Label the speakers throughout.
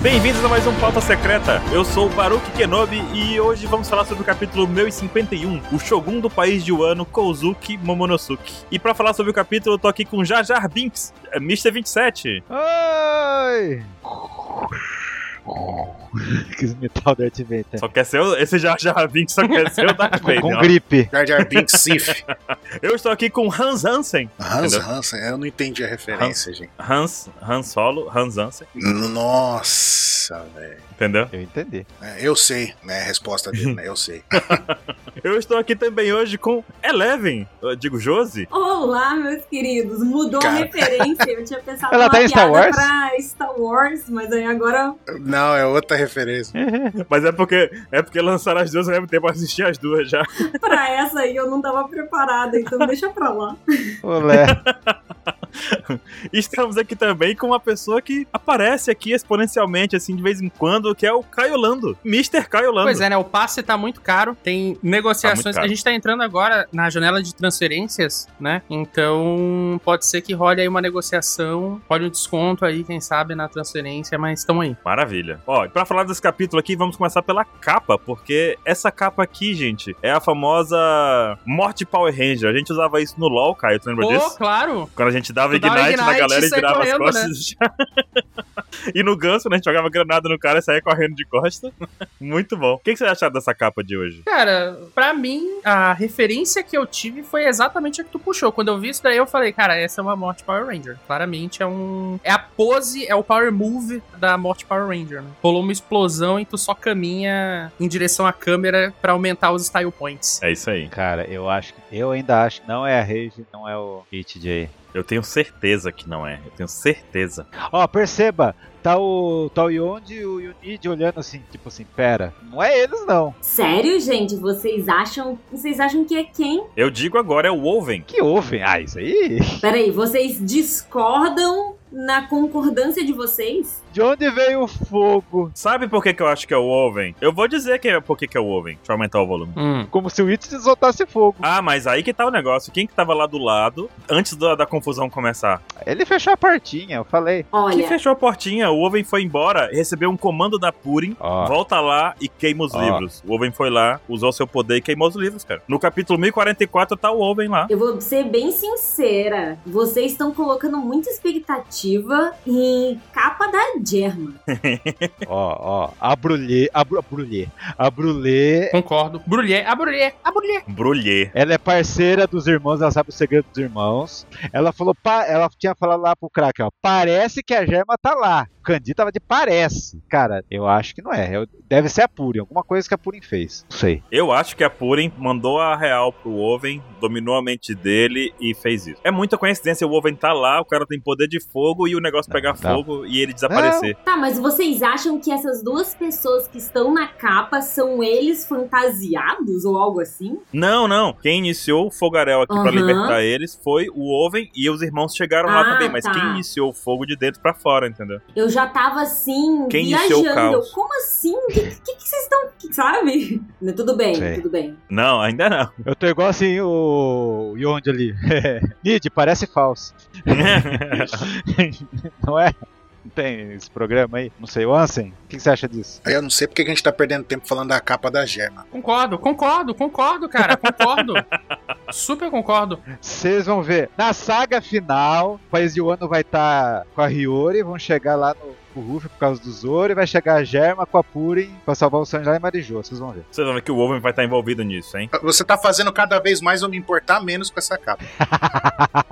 Speaker 1: Bem-vindos a mais um Pauta Secreta. Eu sou o Baruch Kenobi e hoje vamos falar sobre o capítulo 1051, o Shogun do país de Wano, Kouzuki Momonosuke. E pra falar sobre o capítulo, eu tô aqui com Jar Jar Binks, é, Mr. 27.
Speaker 2: Oi! Quis imitar o Darth Vader.
Speaker 1: Só quer ser o- esse Jar Jar Binks, só quer ser o Darth Vader.
Speaker 2: É. Com
Speaker 1: ó.
Speaker 2: gripe.
Speaker 3: Jar Jar Binks Sif.
Speaker 1: Eu estou aqui com Hans Hansen.
Speaker 3: Hans
Speaker 1: Entendeu?
Speaker 3: Hansen, eu não entendi a referência, gente.
Speaker 1: Hans, Hans Solo, Hans Hansen,
Speaker 3: Nossa, velho.
Speaker 1: entendeu?
Speaker 2: Eu entendi.
Speaker 3: É, eu sei, né? A resposta dele, né? Eu sei.
Speaker 1: Eu estou aqui também hoje com Eleven, eu digo Josi.
Speaker 4: Olá, meus queridos. Mudou
Speaker 3: Cara.
Speaker 4: a referência. Eu tinha pensado
Speaker 2: Ela
Speaker 4: numa
Speaker 2: tá em Star
Speaker 4: piada
Speaker 2: Wars?
Speaker 4: pra Star Wars, mas aí agora
Speaker 3: Não, é outra referência.
Speaker 1: Mas é porque é porque lançaram as duas ao mesmo tempo, eu assisti as duas já.
Speaker 4: pra essa aí eu não tava preparada, então deixa pra lá.
Speaker 2: Olé.
Speaker 1: E Estamos aqui também com uma pessoa que aparece aqui exponencialmente, assim, de vez em quando, que é o Caio Lando. Mr. Caio Lando.
Speaker 5: Pois é, né? O passe tá muito caro, tem negociações.
Speaker 1: Tá muito caro.
Speaker 5: A gente tá entrando agora na janela de transferências, né? Então pode ser que role aí uma negociação, role um desconto aí, quem sabe, na transferência, mas estão aí.
Speaker 1: Maravilha. Ó, e pra falar desse capítulo aqui, vamos começar pela capa, porque essa capa aqui, gente, é a famosa Morte Power Ranger. A gente usava isso no LoL, Caio, tu lembra
Speaker 5: Pô,
Speaker 1: disso?
Speaker 5: claro!
Speaker 1: Quando a gente dava
Speaker 5: Tu dava
Speaker 1: Ignite, na
Speaker 5: Ignite
Speaker 1: galera
Speaker 5: e
Speaker 1: e
Speaker 5: sai
Speaker 1: virava as
Speaker 5: correndo, né?
Speaker 1: costas. e no ganso, né? A gente jogava granada no cara e saía correndo de costa. Muito bom. O que, que você acharam dessa capa de hoje?
Speaker 5: Cara, pra mim, a referência que eu tive foi exatamente a que tu puxou. Quando eu vi isso daí, eu falei, cara, essa é uma morte Power Ranger. Claramente é um. É a pose, é o power move da morte Power Ranger, né? Rolou uma explosão e tu só caminha em direção à câmera pra aumentar os style points.
Speaker 1: É isso aí.
Speaker 2: Cara, eu acho que. Eu ainda acho que não é a Rage, não é o HJ.
Speaker 1: Eu tenho certeza que não é. Eu tenho certeza.
Speaker 2: Ó, perceba. Tá o, tá o Yondi e o Yunid olhando assim, tipo assim, pera. Não é eles, não.
Speaker 4: Sério, gente? Vocês acham, vocês acham que é quem?
Speaker 1: Eu digo agora, é o Wolven.
Speaker 2: Que ouvem? Ah, isso aí.
Speaker 4: Peraí, vocês discordam na concordância de vocês?
Speaker 2: De onde veio o fogo?
Speaker 1: Sabe por que, que eu acho que é o Wolven? Eu vou dizer que é por que, que é o Wolven. Deixa eu aumentar o volume.
Speaker 5: Hum.
Speaker 2: Como se o It soltasse fogo.
Speaker 1: Ah, mas aí que tá o negócio. Quem que tava lá do lado, antes da, da confusão começar?
Speaker 2: Ele fechou a portinha, eu falei.
Speaker 1: Quem
Speaker 4: Olha,
Speaker 1: fechou a portinha? O Wolven foi embora, recebeu um comando da Purim.
Speaker 2: Ó.
Speaker 1: Volta lá e queima os
Speaker 2: Ó.
Speaker 1: livros. O Owen foi lá, usou seu poder e queimou os livros, cara. No capítulo 1044 tá o Owen lá.
Speaker 4: eu vou ser bem sincera. Vocês estão colocando muita expectativa em capa da Germa.
Speaker 2: Ó, ó. A brulhê. A, bru, a brulhê. A brulhê.
Speaker 5: Concordo. Brulhé, a brulhé, a brulhé.
Speaker 1: Brulhê.
Speaker 2: Ela é parceira dos irmãos, ela sabe o segredo dos irmãos. Ela falou, pa- ela tinha falado lá pro crack, ó, parece que a Germa tá lá. O Candi tava de parece. Cara, eu acho que não é. Eu- Deve ser a Purim, alguma coisa que a Purim fez. Não sei.
Speaker 1: Eu acho que a Purim mandou a real pro Owen, dominou a mente dele e fez isso. É muita coincidência o Owen tá lá, o cara tem poder de fogo e o negócio
Speaker 2: Não,
Speaker 1: pegar
Speaker 2: não.
Speaker 1: fogo e ele desaparecer.
Speaker 4: Tá, mas vocês acham que essas duas pessoas que estão na capa são eles fantasiados ou algo assim?
Speaker 1: Não, não. Quem iniciou o fogaréu aqui pra
Speaker 4: Aham.
Speaker 1: libertar eles foi o Owen e os irmãos chegaram lá
Speaker 4: Ah,
Speaker 1: também, mas
Speaker 4: tá.
Speaker 1: quem iniciou o fogo de dentro pra fora, entendeu?
Speaker 4: Eu já tava assim,
Speaker 1: Quem iniciou o
Speaker 4: viajando.
Speaker 1: caos?
Speaker 4: Eu, Como assim? O que, que, que vocês estão. que- Sabe? Né, Tudo bem,
Speaker 2: Sei.
Speaker 4: tudo bem.
Speaker 1: Não, ainda não.
Speaker 2: Eu tô igual assim o Yondi ali. Nid, parece falso. não é? Não tem esse programa aí? Não sei, o Ansem, o que que você acha disso?
Speaker 3: Aí eu não sei porque que a gente tá perdendo tempo falando da capa da Germa.
Speaker 5: Concordo, concordo, concordo, cara, concordo. Super concordo.
Speaker 2: Vocês vão ver. Na saga final, o país de Wano vai estar com a Hiyori, vão chegar lá no no Ruff por causa do Zoro, e vai chegar a Germa com a Purim pra salvar o Sanji lá em Marijô, vocês vão ver.
Speaker 1: Vocês vão ver que o Owen vai estar envolvido nisso, hein?
Speaker 3: Você tá fazendo cada vez mais eu me importar menos com essa capa.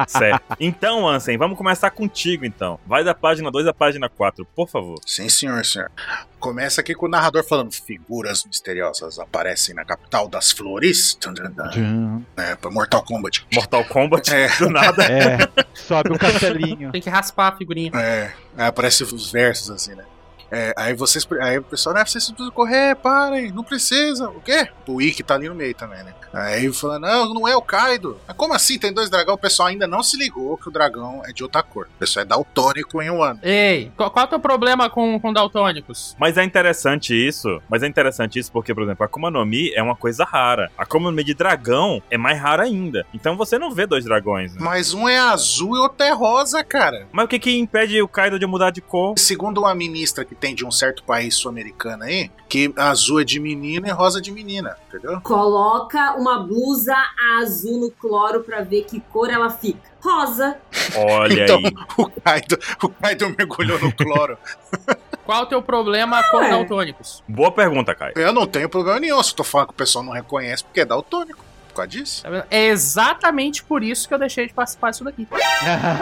Speaker 1: Certo. Então, Ansem, vamos começar contigo, então. Vai da página 2 à página 4, por favor.
Speaker 3: Sim, senhor, senhor. Começa aqui com o narrador falando: figuras misteriosas aparecem na capital das flores. Tum, tum, tum. É, pra Mortal Kombat.
Speaker 1: Mortal Kombat,
Speaker 3: É.
Speaker 1: do nada.
Speaker 2: É, sobe um castelinho.
Speaker 5: Tem que raspar a figurinha.
Speaker 3: É, aí aparece os versos assim, né? É, aí vocês. Aí o pessoal, né? Vocês precisam correr, parem, não precisa. O quê? O Ikki tá ali no meio também, né? Aí falando, não, não é o Kaido. Mas como assim? Tem dois dragão? O pessoal ainda não se ligou que o dragão é de outra cor. O pessoal é daltônico em um ano.
Speaker 5: Ei, qual, qual é o teu problema com, com daltônicos?
Speaker 1: Mas é interessante isso. Mas é interessante isso porque, por exemplo, a Akuma no Mi é uma coisa rara. A Akuma no Mi de dragão é mais rara ainda. Então você não vê dois dragões. Né?
Speaker 3: Mas um é azul e outro é rosa, cara.
Speaker 1: Mas o que que impede o Kaido de mudar de cor?
Speaker 3: Segundo uma ministra que tem de um certo país sul-americano aí, que azul é de menina e rosa é de menina, entendeu?
Speaker 4: Coloca uma blusa azul no cloro pra ver que cor ela fica. Rosa.
Speaker 1: Olha
Speaker 3: Então,
Speaker 1: aí.
Speaker 3: O Kaido, o Kaido mergulhou no cloro.
Speaker 5: Qual é o teu problema com
Speaker 4: é.
Speaker 5: daltônicos?
Speaker 1: Boa pergunta, Caio.
Speaker 3: Eu não tenho problema nenhum se eu tô falando que o pessoal não reconhece porque é daltônico. Por causa disso.
Speaker 5: Tá vendo? É exatamente por isso que eu deixei de participar disso daqui.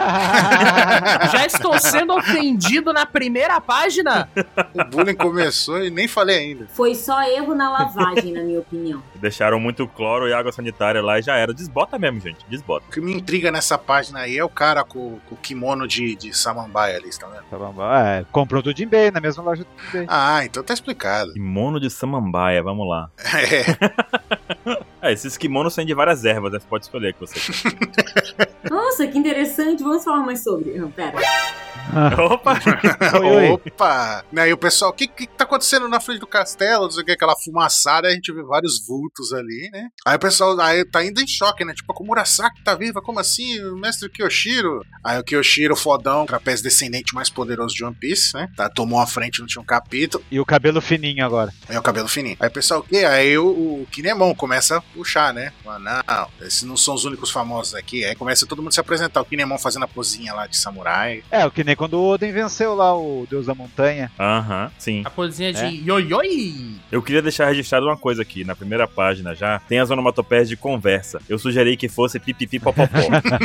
Speaker 2: Tá
Speaker 5: Já estou sendo ofendido na primeira página.
Speaker 3: O bullying começou e nem falei ainda.
Speaker 4: Foi só erro na lavagem, na minha opinião.
Speaker 1: Deixaram muito cloro e água sanitária lá e já era. Desbota mesmo, gente. Desbota.
Speaker 3: O que me intriga nessa página aí é o cara com, com o kimono de, de samambaia ali, tá vendo?
Speaker 2: Tá bom, bom. É, comprou do Jinbei na mesma loja do Jinbei.
Speaker 3: Ah, então tá explicado.
Speaker 1: Kimono de samambaia, vamos lá.
Speaker 3: É,
Speaker 1: É, esses kimonos saem de várias ervas, né? Você pode escolher que você.
Speaker 4: Nossa, que interessante. Vamos falar mais sobre. Não, pera.
Speaker 1: Opa!
Speaker 2: Oi, oi.
Speaker 3: Opa! Né, E o pessoal, o que, que tá acontecendo na frente do castelo? Não sei o que, aquela fumaçada, a gente vê vários vultos ali, né? Aí o pessoal aí tá ainda em choque, né? Tipo, a Kumurasaki tá viva, como assim? O mestre Kyoshiro? Aí o Kyoshiro, fodão, trapézio descendente mais poderoso de One Piece, né? Tá, tomou a frente no último capítulo.
Speaker 2: E o cabelo fininho agora.
Speaker 3: Aí o cabelo fininho. Aí o pessoal, o quê? Aí o, o Kinemon começa a puxar, né? Fala, não, esses não são os únicos famosos aqui. Aí começa todo mundo se apresentar. O Kinemon fazendo a pozinha lá de samurai.
Speaker 2: É, o que nem quando o Oden venceu lá o Deus da Montanha.
Speaker 1: Aham, sim.
Speaker 5: A poesia de
Speaker 2: É.
Speaker 5: Yoyoi.
Speaker 1: Eu queria deixar registrado uma coisa aqui, na primeira página já, tem as onomatopeias de conversa. Eu sugeri que fosse pipipi popopó.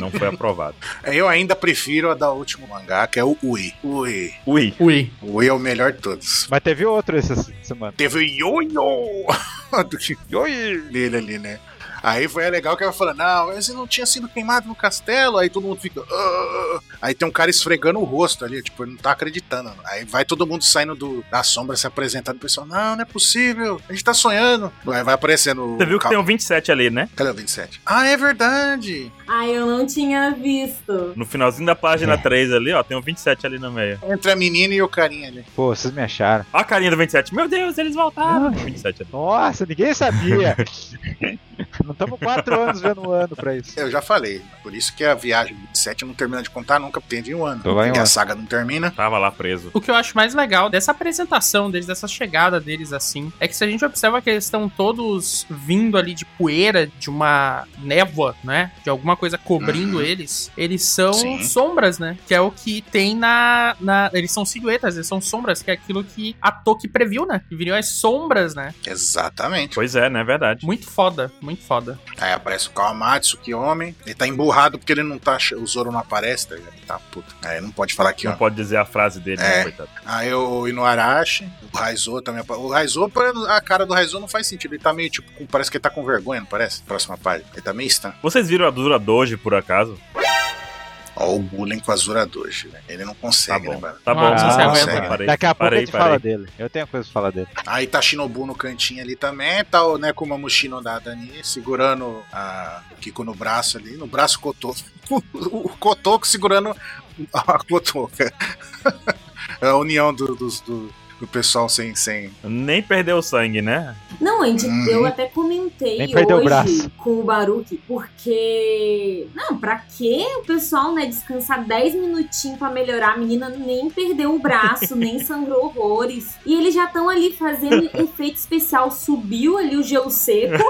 Speaker 1: Não foi aprovado.
Speaker 3: Eu ainda prefiro a da última mangá, que é o Ui. Ui.
Speaker 1: Ui.
Speaker 5: Ui.
Speaker 3: O Ui é o melhor de todos.
Speaker 2: Mas teve outro essa semana.
Speaker 3: Teve o Yo-Yo do que-
Speaker 2: Oi!
Speaker 3: dele ali, né? Aí foi legal que ela falou, não, esse não tinha sido queimado no castelo, aí todo mundo fica. "Ah". Aí tem um cara esfregando o rosto ali, tipo, ele não tá acreditando. Aí vai todo mundo saindo do- da sombra se apresentando, o pessoal, não, não é possível, a gente tá sonhando. Aí vai aparecendo. o
Speaker 1: Você viu que
Speaker 3: ca-
Speaker 1: tem um 27 ali, né?
Speaker 3: Cadê o 27? Ah, é verdade!
Speaker 4: Ai, eu não tinha visto.
Speaker 1: No finalzinho da
Speaker 3: É.
Speaker 1: página 3 ali, ó, tem um 27 ali no meio.
Speaker 3: Entre a menina e o carinha ali.
Speaker 2: Pô, vocês me acharam.
Speaker 1: Ó a carinha do 27. Meu Deus, eles voltaram. 27 ali.
Speaker 2: Nossa, ninguém sabia. Não estamos quatro anos vendo um ano pra isso.
Speaker 3: Eu já falei, por isso que a viagem do 27 não termina de contar nunca, porque tem um ano.
Speaker 2: Então vai um
Speaker 3: Porque a
Speaker 2: ano.
Speaker 3: saga não termina.
Speaker 1: Tava lá preso.
Speaker 5: O que eu acho mais legal dessa apresentação deles, dessa chegada deles assim, é que se a gente observa que eles estão todos vindo ali de poeira, de uma névoa, né? De alguma coisa cobrindo
Speaker 3: Uhum.
Speaker 5: eles, eles são
Speaker 3: Sim.
Speaker 5: sombras, né? Que é o que tem na, na. Eles são silhuetas, eles são sombras, que é aquilo que a Toki previu, né? Que viriam as sombras, né?
Speaker 3: Exatamente.
Speaker 1: Pois é, né? Verdade.
Speaker 5: Muito foda, muito foda.
Speaker 3: Aí aparece o Kawamatsu, que homem. Ele tá emburrado porque ele não tá. che- O Zoro não aparece, tá ligado? Ele tá puto. Aí não pode falar que
Speaker 1: Não
Speaker 3: homem.
Speaker 1: pode dizer a frase dele, né,
Speaker 3: É.
Speaker 1: coitado.
Speaker 3: Aí o Inuarashi, o Raizo também. apa- O Raizo, pra- a cara do Raizo não faz sentido. Ele tá meio tipo. com- Parece que ele tá com vergonha, não parece? Próxima página. Ele tá meio estranho.
Speaker 1: Vocês viram a Dura Doji, por acaso?
Speaker 3: Ó, o bullying com a Zuradoshi, né? Ele não
Speaker 1: Tá
Speaker 3: consegue, né,
Speaker 1: bom.
Speaker 3: mano?
Speaker 1: Tá bom,
Speaker 5: Nossa,
Speaker 1: tá bom,
Speaker 3: aguenta.
Speaker 1: tá bom, parei.
Speaker 2: Daqui a pouco a
Speaker 1: parei,
Speaker 2: gente
Speaker 1: parei.
Speaker 2: fala dele. Eu tenho coisa pra falar dele.
Speaker 3: Aí tá Shinobu no cantinho ali também, tá o Nekomamushi no Dadani segurando a Kiko no braço ali, no braço Kotoko. o Kotoko segurando a Kotoka. É a união do, dos- do, do pessoal sem, sem.
Speaker 1: Nem perdeu o sangue, né?
Speaker 4: Não, Andy,
Speaker 3: Uhum.
Speaker 4: eu até comentei
Speaker 2: Nem perdeu o
Speaker 4: hoje
Speaker 2: braço.
Speaker 4: com o Baruque, porque. Não, pra que o pessoal, né, descansar 10 minutinhos pra melhorar? A menina nem perdeu o braço, nem sangrou horrores. E eles já estão ali fazendo um efeito especial. Subiu ali o gelo seco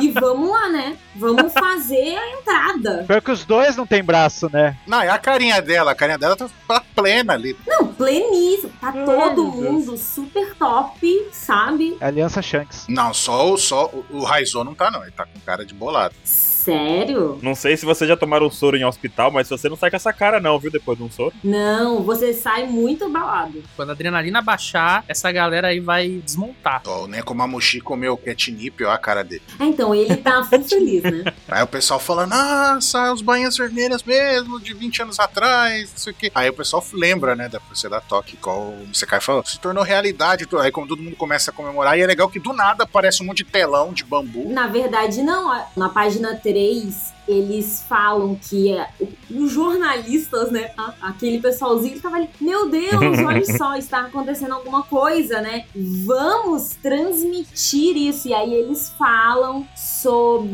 Speaker 4: e vamos lá, né? Vamos fazer a entrada.
Speaker 2: Pior que os dois não tem braço, né?
Speaker 3: Não, é a carinha dela, a carinha dela tá tá plena ali.
Speaker 4: Não, pleníssimo. Tá
Speaker 1: Ai,
Speaker 4: todo
Speaker 1: meu Deus.
Speaker 4: mundo super top, sabe?
Speaker 2: Aliança Shanks.
Speaker 3: Não, só, o- só o- o Raizo não tá, não. Ele tá com cara de bolado.
Speaker 4: Sério?
Speaker 1: Não sei se vocês já tomaram um soro em hospital, mas você não sai com essa cara, não, viu? Depois de um soro.
Speaker 4: Não, você sai muito abalado.
Speaker 5: Quando a adrenalina baixar, essa galera aí vai desmontar.
Speaker 3: Ó, o Nekomamushi comeu o catnip, ó, a cara dele.
Speaker 4: Ah, então, ele tá feliz, né?
Speaker 3: Aí o pessoal fala, nossa, os bainhas vermelhas mesmo, de 20 anos atrás, não sei o quê. Aí o pessoal lembra, né, da você da Toque, qual o Misekai falou. Se tornou realidade, aí quando todo mundo começa a comemorar, e é legal que do nada aparece um monte de telão de bambu.
Speaker 4: Na verdade, não. Na página 3, eles falam que é, os jornalistas, né? a- Aquele pessoalzinho que tava ali, meu Deus, olha só, está acontecendo alguma coisa, né? Vamos transmitir isso. E aí eles falam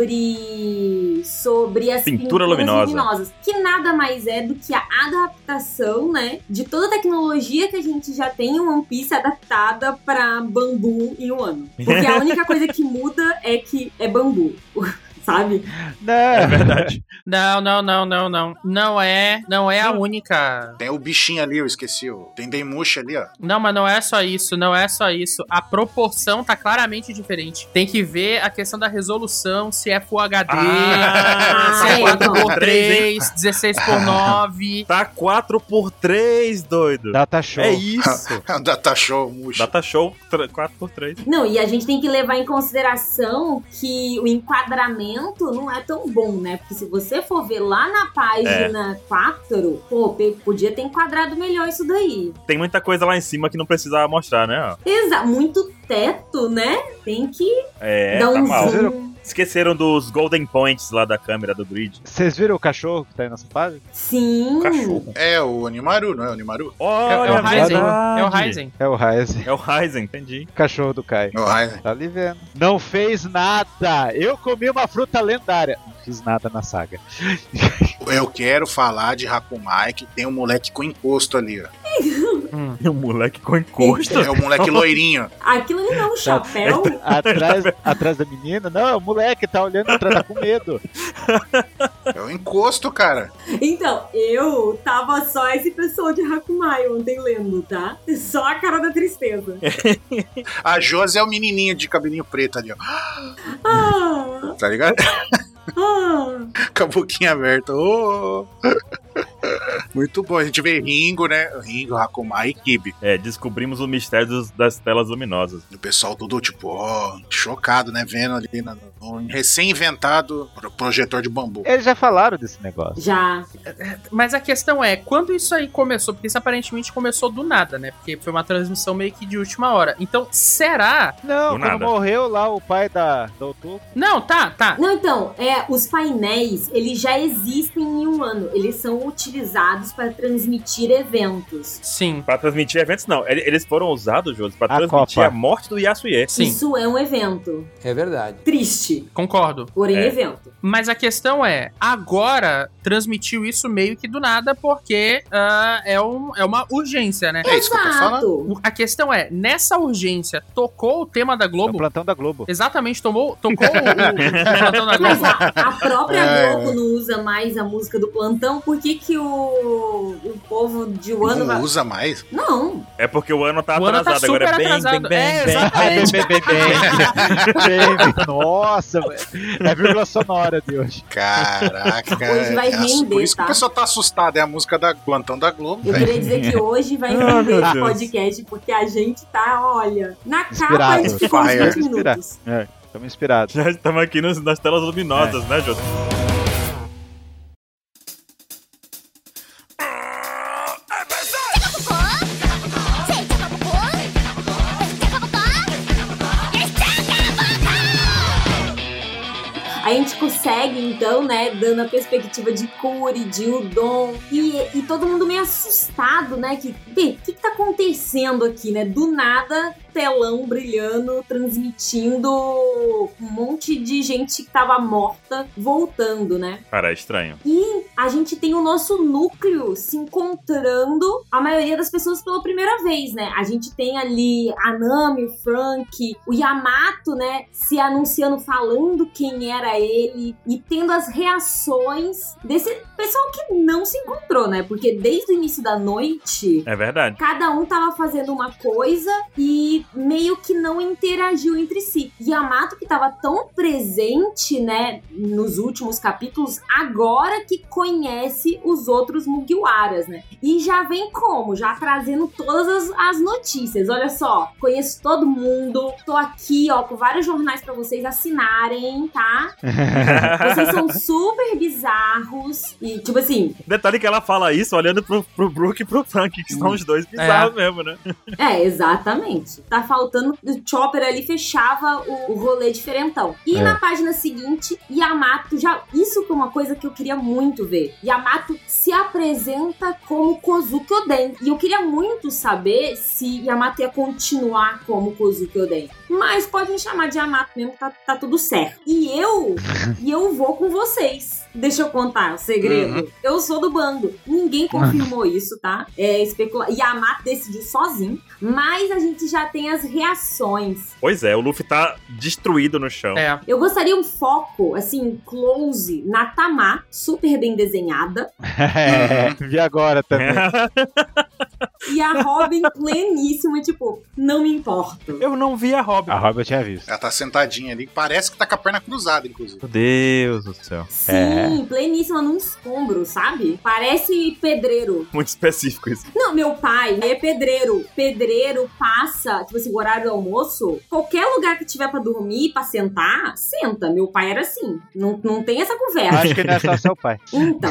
Speaker 4: sobre. sobre as
Speaker 1: Pintura
Speaker 4: pinturas
Speaker 1: luminosa.
Speaker 4: luminosas. Que nada mais é do que a adaptação, né? De toda a tecnologia que a gente já tem em One Piece adaptada pra bambu em um ano. Porque a única coisa que muda é que é bambu. Sabe?
Speaker 2: Não, é verdade.
Speaker 5: Não, não, não, não, não. Não é, não é a única.
Speaker 3: Tem o bichinho ali, eu esqueci. O Dendemushi ali, ó.
Speaker 5: Não, mas não é só isso, não é só isso. A proporção tá claramente diferente. Tem que ver a questão da resolução, se é Full HD,
Speaker 1: Ah,
Speaker 5: se é
Speaker 4: é,
Speaker 5: 4x3, 16x9.
Speaker 1: Tá 4x3, doido.
Speaker 5: Tá
Speaker 2: Data show.
Speaker 1: É isso.
Speaker 3: Data show, Mushi.
Speaker 1: Data show tra- 4x3.
Speaker 4: Não, e a gente tem que levar em consideração que o enquadramento não é tão bom, né? Porque se você for ver lá na página
Speaker 1: É.
Speaker 4: 4, pô, pe- podia ter enquadrado melhor isso daí.
Speaker 1: Tem muita coisa lá em cima que não precisava mostrar, né? ó.
Speaker 4: Exa muito teto, né? Tem que
Speaker 1: É,
Speaker 4: dar
Speaker 1: tá
Speaker 4: um
Speaker 1: mal.
Speaker 4: zoom.
Speaker 1: Esqueceram dos golden points lá da câmera do grid.
Speaker 2: Vocês viram o cachorro que tá aí nessa fase?
Speaker 4: Sim.
Speaker 1: Cachorro.
Speaker 3: É o Animaru, não é o Animaru?
Speaker 5: É,
Speaker 1: Olha,
Speaker 5: é o
Speaker 2: Ryzen,
Speaker 5: Ryzen.
Speaker 1: verdade.
Speaker 5: É o Ryzen.
Speaker 2: É o Ryzen,
Speaker 1: É o Ryzen, entendi.
Speaker 2: o cachorro do Kai.
Speaker 3: O Raiden.
Speaker 2: Tá ali vendo. Não fez nada. Eu comi uma fruta lendária. Não fiz nada na saga.
Speaker 3: Eu quero falar de Hakumai, que tem um moleque com encosto ali, ó.
Speaker 1: E o moleque com encosto.
Speaker 3: É o moleque loirinho.
Speaker 4: Aquilo ali
Speaker 1: Então,
Speaker 4: não é um chapéu.
Speaker 2: Atrás, atrás da menina. Não, é o moleque tá olhando atrás, tá com medo.
Speaker 3: É o encosto, cara.
Speaker 4: Então, eu tava só esse pessoal de Hakumai ontem lendo, tá? Só a cara da tristeza.
Speaker 1: É.
Speaker 3: A Josi é o menininho de cabelinho preto ali, ó.
Speaker 4: Ah,
Speaker 3: Tá ligado?
Speaker 4: ah.
Speaker 3: Com a boquinha aberta. Ô, ô, ô. Muito bom. A gente vê Ringo, né? Ringo, Hakumai e Kibi.
Speaker 1: É, descobrimos o mistério dos- das telas luminosas.
Speaker 3: O pessoal todo, tipo, ó, chocado, né? Vendo ali no, no recém-inventado pro- projetor de bambu.
Speaker 4: É,
Speaker 2: Eles já falaram desse negócio.
Speaker 4: Já.
Speaker 5: Mas a questão é, quando isso aí começou? Porque isso aparentemente começou do nada, né? Porque foi uma transmissão meio que de última hora. Então, será?
Speaker 2: Não,
Speaker 1: Do
Speaker 2: quando
Speaker 1: nada.
Speaker 2: morreu lá o pai da, da Otu.
Speaker 5: Não, tá, tá.
Speaker 4: Não, então, é, os painéis, eles já existem em um ano. Eles são utilizados para transmitir eventos.
Speaker 5: Sim.
Speaker 1: Pra transmitir eventos, não. Ele- Eles foram usados, Júlio, pra
Speaker 2: A
Speaker 1: transmitir
Speaker 2: Copa.
Speaker 1: a morte do Yasuye.
Speaker 5: Sim.
Speaker 4: Isso é um evento.
Speaker 6: É verdade.
Speaker 4: Triste,
Speaker 5: Concordo.
Speaker 4: porém
Speaker 1: É.
Speaker 4: evento.
Speaker 5: Mas a questão é, agora transmitiu isso meio que do nada, porque ah, é, um, é uma urgência, né?
Speaker 3: É isso que eu tô falando.
Speaker 5: O- A questão é, nessa urgência, tocou o tema da
Speaker 2: É o
Speaker 5: Globo?
Speaker 2: plantão da Globo.
Speaker 5: Exatamente, tomou, tocou o, o, o plantão da
Speaker 4: Mas
Speaker 5: Globo?
Speaker 4: a, a própria
Speaker 3: É.
Speaker 4: Globo não usa mais a música do plantão. Por que, que o, o povo de Wano
Speaker 3: Não
Speaker 4: vai...
Speaker 3: usa mais.
Speaker 4: Não.
Speaker 1: É porque o ano tá
Speaker 5: O ano
Speaker 1: atrasado
Speaker 5: tá
Speaker 1: agora. É
Speaker 5: super
Speaker 1: bem,
Speaker 5: atrasado.
Speaker 1: bem, bem,
Speaker 5: É,
Speaker 1: bem.
Speaker 5: exatamente.
Speaker 2: bem, bem, bem, bem, bem. Nossa, velho. é a vírgula sonora de hoje.
Speaker 3: Caraca.
Speaker 4: Hoje vai
Speaker 3: é ass-
Speaker 4: render,
Speaker 3: Por isso
Speaker 4: tá? É.
Speaker 3: que o pessoal tá assustado. É a música da plantão da Globo,
Speaker 4: Eu
Speaker 3: velho.
Speaker 4: queria dizer que hoje vai
Speaker 1: Ah,
Speaker 4: render
Speaker 1: meu
Speaker 4: esse
Speaker 1: Deus.
Speaker 4: podcast, porque a gente tá, olha, na capa a
Speaker 2: Inspirado.
Speaker 4: gente ficou uns
Speaker 3: Fire.
Speaker 4: 20 minutos.
Speaker 2: Estamos inspirados.
Speaker 1: Já estamos aqui nos- nas telas luminosas,
Speaker 5: É.
Speaker 1: né, Júlio?
Speaker 4: A gente consegue, então, né, dando a perspectiva de Curi, de Udon, e, e todo mundo meio assustado, né, que, bem, o que, que tá acontecendo aqui, né? Do nada, telão brilhando, transmitindo um monte de gente que tava morta voltando, né?
Speaker 1: Cara, é estranho.
Speaker 4: E a gente tem o nosso núcleo se encontrando, a maioria das pessoas pela primeira vez, né? A gente tem ali a Nami, o Frank, o Yamato, né? Se anunciando, falando quem era ele e tendo as reações desse pessoal que não se encontrou, né? Porque desde o início da noite.
Speaker 1: É verdade.
Speaker 4: Cada um tava fazendo uma coisa e meio que não interagiu entre si. Yamato, que tava tão presente, né, nos últimos capítulos, agora que conhece os outros Mugiwaras, né? E já vem como? Já trazendo todas as, as notícias. Olha só, conheço todo mundo, tô aqui, ó, com vários jornais pra vocês assinarem, tá? Vocês são super bizarros. E, tipo assim,
Speaker 1: Detalhe que ela fala isso olhando pro, pro Brook e pro Frank, que são os dois bizarros mesmo, né?
Speaker 4: É, exatamente. Tá faltando. O Chopper ali fechava o, o rolê diferentão. E
Speaker 2: É.
Speaker 4: na página seguinte, Yamato já. Isso que é uma coisa que eu queria muito ver. Yamato se apresenta como Kozuki Oden. E eu queria muito saber se Yamato ia continuar como Kozuki Oden. Mas pode me chamar de Yamato mesmo, tá, tá tudo certo. E eu. e eu vou com vocês. Deixa eu contar o segredo. Eu sou do bando. Ninguém confirmou isso, tá? É especula... Yamato decidiu sozinho. Mas a gente já tem as reações.
Speaker 1: Pois é, o Luffy tá destruído no chão.
Speaker 5: É.
Speaker 4: Eu gostaria um foco, assim, close na Tamar, super bem desenhada,
Speaker 2: É, vi agora também.
Speaker 4: e a Robin pleníssima, tipo, não me importo.
Speaker 1: Eu não vi a Robin.
Speaker 2: A Robin eu tinha visto.
Speaker 3: Ela tá sentadinha ali, parece que tá com a perna cruzada, inclusive.
Speaker 1: Meu Deus do céu.
Speaker 4: Sim,
Speaker 2: É.
Speaker 4: pleníssima num escombro, sabe? Parece pedreiro.
Speaker 1: Muito específico isso.
Speaker 4: Não, meu pai ele é pedreiro. Pedreiro passa, tipo assim, o horário do almoço, qualquer lugar que tiver pra dormir, pra sentar, senta. Meu pai era assim. Não, não tem essa conversa.
Speaker 2: Acho que não é só seu pai.
Speaker 4: Então,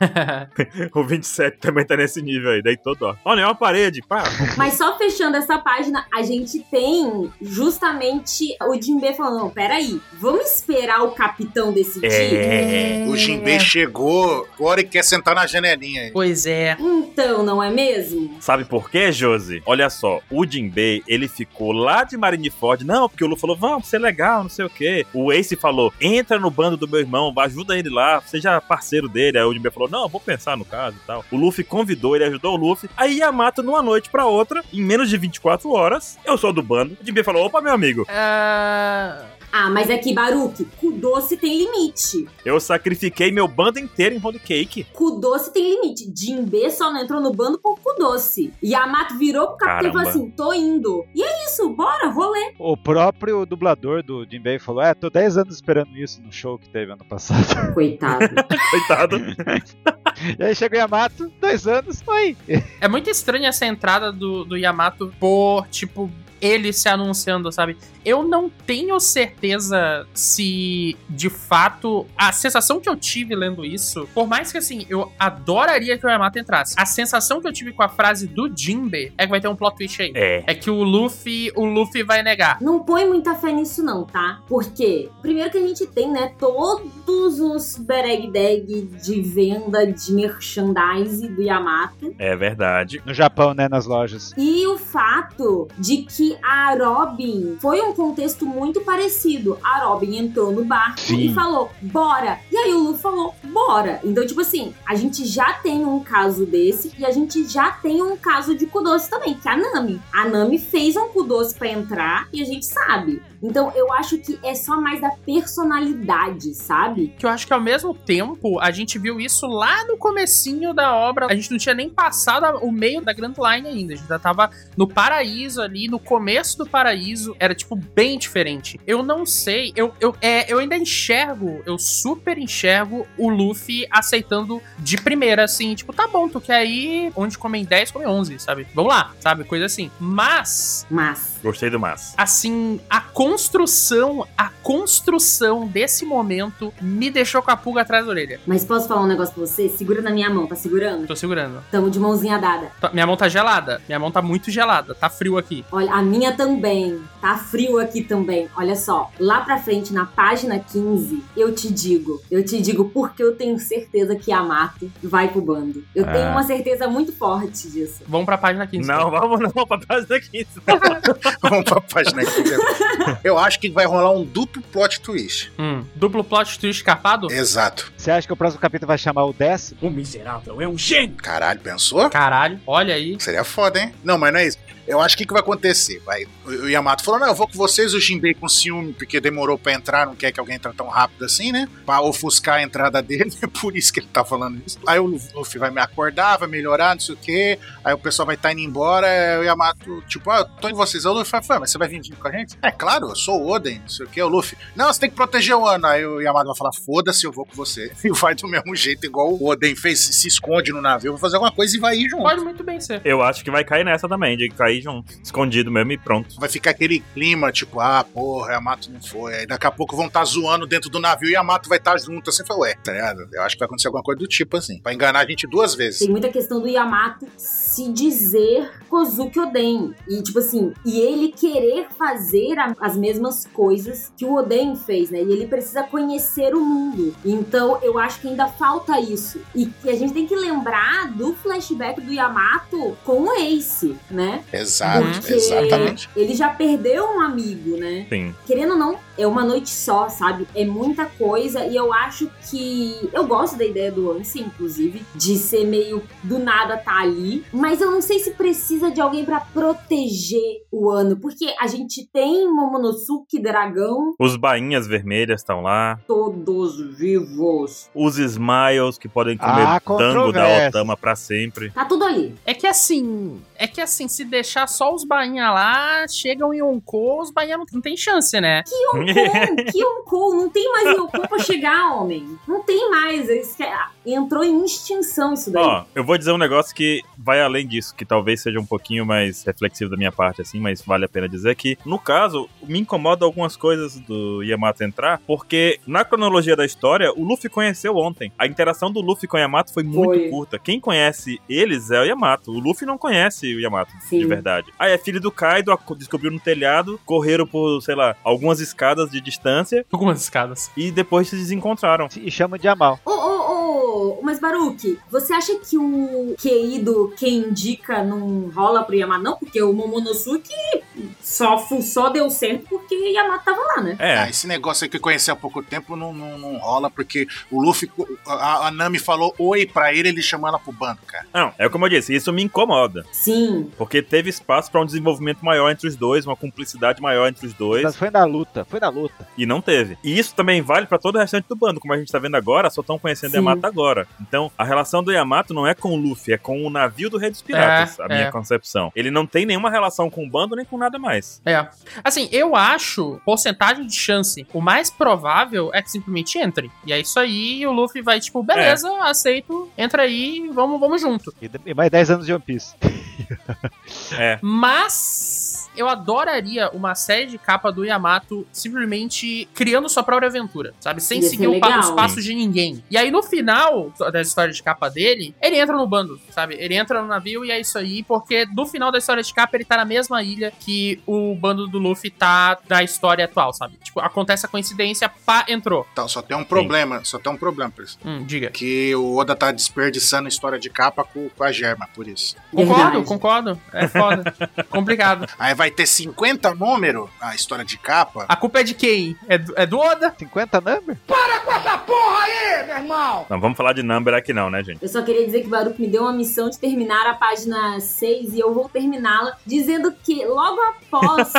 Speaker 5: É.
Speaker 1: O 27 também tá nesse nível aí, deitou dó. Olha, é uma parede. Pá.
Speaker 4: Mas só fechando essa página, a gente tem justamente o Jinbe falando: não, peraí, vamos esperar o capitão decidir?
Speaker 1: É.
Speaker 3: O Jinbei chegou agora e quer sentar na janelinha aí.
Speaker 5: Pois é.
Speaker 4: Então, não é mesmo?
Speaker 1: Sabe por quê, Josi? Olha só, o Jinbei, ele ficou lá de Marineford. Não, porque o Lu falou, vamos, ser legal, não sei o quê. O Ace falou, entra no bando do meu irmão, ajuda ele lá, seja parceiro dele. Aí o Jinbei falou, não, vou pensar no caso e tal. O Luffy convidou, ele ajudou o Luffy. Aí Yamato, numa noite pra outra, em menos de 24 horas, eu sou do bando. O Jinbei falou, opa, meu amigo,
Speaker 5: Ah,
Speaker 4: Ah, mas aqui, Baruque, cu doce tem limite.
Speaker 1: eu sacrifiquei meu bando inteiro em Holy Cake.
Speaker 4: Cu doce tem limite. Jinbe só não entrou no bando por cu doce. Yamato virou pro capitão e falou
Speaker 1: Caramba.
Speaker 4: assim: tô indo. E é isso, bora, rolê.
Speaker 2: O próprio dublador do Jinbei falou: É, tô 10 anos esperando isso no show que teve ano passado.
Speaker 4: Coitado.
Speaker 1: Coitado.
Speaker 2: E aí chega o Yamato, dois anos, oi.
Speaker 5: é muito estranha essa entrada do, do Yamato por, tipo, ele se anunciando, sabe? Eu não tenho certeza se, de fato, a sensação que eu tive lendo isso, por mais que, assim, eu adoraria que o Yamato entrasse, a sensação que eu tive com a frase do Jinbe é que vai ter um plot twist aí.
Speaker 1: É.
Speaker 5: É que o Luffy, o Luffy vai negar.
Speaker 4: Não põe muita fé nisso, não, tá? Porque, primeiro que a gente tem, né, todos os bereg deg de venda de merchandise do Yamato.
Speaker 1: É verdade.
Speaker 2: No Japão, né, nas lojas.
Speaker 4: E o fato de que a Robin foi um contexto muito parecido. A Robin entrou no barco
Speaker 2: Sim.
Speaker 4: e falou, bora. E aí o Luffy falou, bora. Então, tipo assim, a gente já tem um caso desse e a gente já tem um caso de Kudoce também, que é a Nami. A Nami fez um Kudoce pra entrar e a gente sabe. Então, eu acho que é só mais da personalidade, sabe?
Speaker 5: Que eu acho que ao mesmo tempo a gente viu isso lá no comecinho da obra. A gente não tinha nem passado a- o meio da Grand Line ainda. A gente já tava no paraíso ali, no começo do paraíso. Era, tipo, bem diferente. Eu não sei. Eu, eu, é, eu ainda enxergo, eu super enxergo o Luffy aceitando de primeira, assim, tipo, tá bom, tu quer ir onde comem 10, comem 11, sabe? Vamos lá, sabe? Coisa assim. Mas
Speaker 4: Mas,
Speaker 1: Gostei do Massa.
Speaker 5: assim, a construção, a construção desse momento me deixou com a pulga atrás da orelha.
Speaker 4: mas posso falar um negócio pra você? Segura na minha mão, tá segurando?
Speaker 5: Tô segurando.
Speaker 4: Tamo de mãozinha dada.
Speaker 5: Tá- minha mão tá gelada. Minha mão tá muito gelada. Tá frio aqui.
Speaker 4: Olha, a minha também. Tá frio aqui também. Olha só, lá pra frente, na página 15, eu te digo. Eu te digo porque eu tenho certeza que Yamato vai pro bando. Eu
Speaker 2: Ah.
Speaker 4: tenho uma certeza muito forte disso.
Speaker 5: Vamos pra página 15.
Speaker 1: Não, vamos não, pra trás daqui.
Speaker 3: Vamos pra página aqui. agora. Eu acho que vai rolar um duplo plot twist.
Speaker 5: Hum, duplo plot twist escarpado?
Speaker 3: Exato.
Speaker 2: Você acha que o próximo capítulo vai chamar o décimo?
Speaker 3: Caralho, pensou?
Speaker 5: Caralho, olha aí.
Speaker 3: Seria foda, hein? Não, mas não é isso. Eu acho que o que vai acontecer? Vai, o o Yamato falou: não, eu vou com vocês, o Jinbei com ciúme, porque demorou pra entrar, não quer que alguém entre tão rápido assim, né? Pra ofuscar a entrada dele, é por isso que ele tá falando isso. Aí o Luffy vai me acordar, vai melhorar, não sei o quê. Aí o pessoal vai estar indo embora, é, o Yamato, tipo, ah, eu tô em vocês. Aí o Luffy fala, mas você vai vir junto com a gente? É claro, eu sou o Oden, não sei o quê, o Luffy. Não, você tem que proteger o Ano. Aí o Yamato vai falar, foda-se, eu vou com você. E vai do mesmo jeito, igual o Oden fez, se, se esconde no navio, vai fazer alguma coisa e vai ir junto.
Speaker 5: Pode muito bem ser.
Speaker 1: Eu acho que vai cair nessa também, de cair junto, escondido mesmo e pronto.
Speaker 3: Vai ficar aquele clima, tipo, ah, porra, Yamato não foi. Aí daqui a pouco vão estar zoando dentro do navio e Yamato vai estar junto. Assim, foi, ué, tá ligado? Eu acho que vai acontecer alguma coisa do tipo, assim. Vai enganar a gente duas vezes.
Speaker 4: Tem muita questão do Yamato se dizer Kozuki Oden. E, tipo assim, e ele querer fazer a- as mesmas coisas que o Oden fez, né? E ele precisa conhecer o mundo. Então, eu acho que ainda falta isso. E, que a gente tem que lembrar do flashback do Yamato com o Ace, né?
Speaker 3: Exato,
Speaker 4: Porque-
Speaker 3: exatamente.
Speaker 4: Ele já perdeu um amigo, né?
Speaker 1: Sim.
Speaker 4: querendo ou não, é uma noite só, sabe? É muita coisa e eu acho que. Eu gosto da ideia do Ansem, inclusive, de ser meio do nada tá ali, mas eu não sei se precisa de alguém pra proteger o ano, porque a gente tem Momonosuke, dragão,
Speaker 1: Os bainhas vermelhas estão lá.
Speaker 4: todos vivos.
Speaker 1: Os smiles que podem comer
Speaker 2: Ah,
Speaker 1: tango da
Speaker 2: controvérsia.
Speaker 1: Otama pra sempre.
Speaker 4: Tá tudo ali.
Speaker 5: É que assim, é que assim, se deixar só os bainha lá, chegam em Yonkou, os bainha não, não tem chance, né?
Speaker 4: Yonkou, Então, que Yonkou? Não tem mais Yonkou pra chegar, homem. Não tem mais. Isso que é- Entrou em extinção isso daí.
Speaker 1: Ó, eu vou dizer um negócio que vai além disso, que talvez seja um pouquinho mais reflexivo da minha parte, assim, mas vale a pena dizer que, no caso, me incomoda algumas coisas do Yamato entrar, porque na cronologia da história, o Luffy conheceu ontem. A interação do Luffy com o Yamato foi muito
Speaker 4: Foi.
Speaker 1: curta. Quem conhece eles é o Yamato. O Luffy não conhece o Yamato.
Speaker 4: Sim.
Speaker 1: De verdade. Ah, é filho do Kaido, ac- descobriu no telhado, correram por, sei lá, algumas escadas de distância
Speaker 5: Algumas escadas.
Speaker 1: e depois se desencontraram.
Speaker 2: E chama de Amal.
Speaker 4: Ô, ô, ô, mas Baruque, você acha que o QI do quem indica não rola pro Yamato? Não, porque o Momonosuke só, fu- só deu certo porque Yamato tava lá, né?
Speaker 1: É,
Speaker 3: Ah, esse negócio aí que conhecer há pouco tempo não, não, não rola, porque o Luffy, a, a Nami falou oi pra ele, ele chamou ela pro bando, cara.
Speaker 1: não, é como eu disse, isso me incomoda.
Speaker 4: Sim.
Speaker 1: Porque teve espaço pra um desenvolvimento maior entre os dois, uma cumplicidade maior entre os dois,
Speaker 2: Mas foi na luta, foi na luta.
Speaker 1: e não teve. E isso também vale pra todo o restante do bando, como a gente tá vendo agora, só estão conhecendo
Speaker 4: Sim.
Speaker 1: Yamato agora. Então, a relação do Yamato não é com o Luffy, é com o navio do Rei dos Piratas,
Speaker 5: É,
Speaker 1: a minha
Speaker 5: é.
Speaker 1: concepção. Ele não tem nenhuma relação com o bando nem com nada mais.
Speaker 5: É. Assim, eu acho porcentagem de chance. O mais provável é que simplesmente entre. E é isso aí, e o Luffy vai, tipo, beleza, aceito, entra aí, vamos, vamos junto.
Speaker 2: E d- E mais 10 anos de One Piece.
Speaker 1: É.
Speaker 5: Mas eu adoraria uma série de capa do Yamato simplesmente criando sua própria aventura, sabe? Sem
Speaker 4: Ia ser
Speaker 5: seguir o pa-
Speaker 4: legal.
Speaker 5: os passos de ninguém. E aí no final da história de capa dele, ele entra no bando, sabe? Ele entra no navio e é isso aí, porque no final da história de capa ele tá na mesma ilha que o bando do Luffy tá da história atual, sabe? Tipo, acontece a coincidência, pá, entrou.
Speaker 3: Então, só tem um problema, só tem um problema, por isso.
Speaker 5: Hum, diga.
Speaker 3: Que o Oda tá desperdiçando história de capa com, com a Germa, por isso.
Speaker 5: Concordo,
Speaker 4: Verdade.
Speaker 5: concordo. É foda. Complicado.
Speaker 3: Aí vai ter 50 número a história de capa.
Speaker 5: A culpa é de quem? É do, é do Oda?
Speaker 2: 50 number?
Speaker 1: Não vamos falar de number aqui não, né, gente?
Speaker 4: Eu só queria dizer que o Baruque me deu uma missão de terminar a página 6 e eu vou terminá-la dizendo que logo após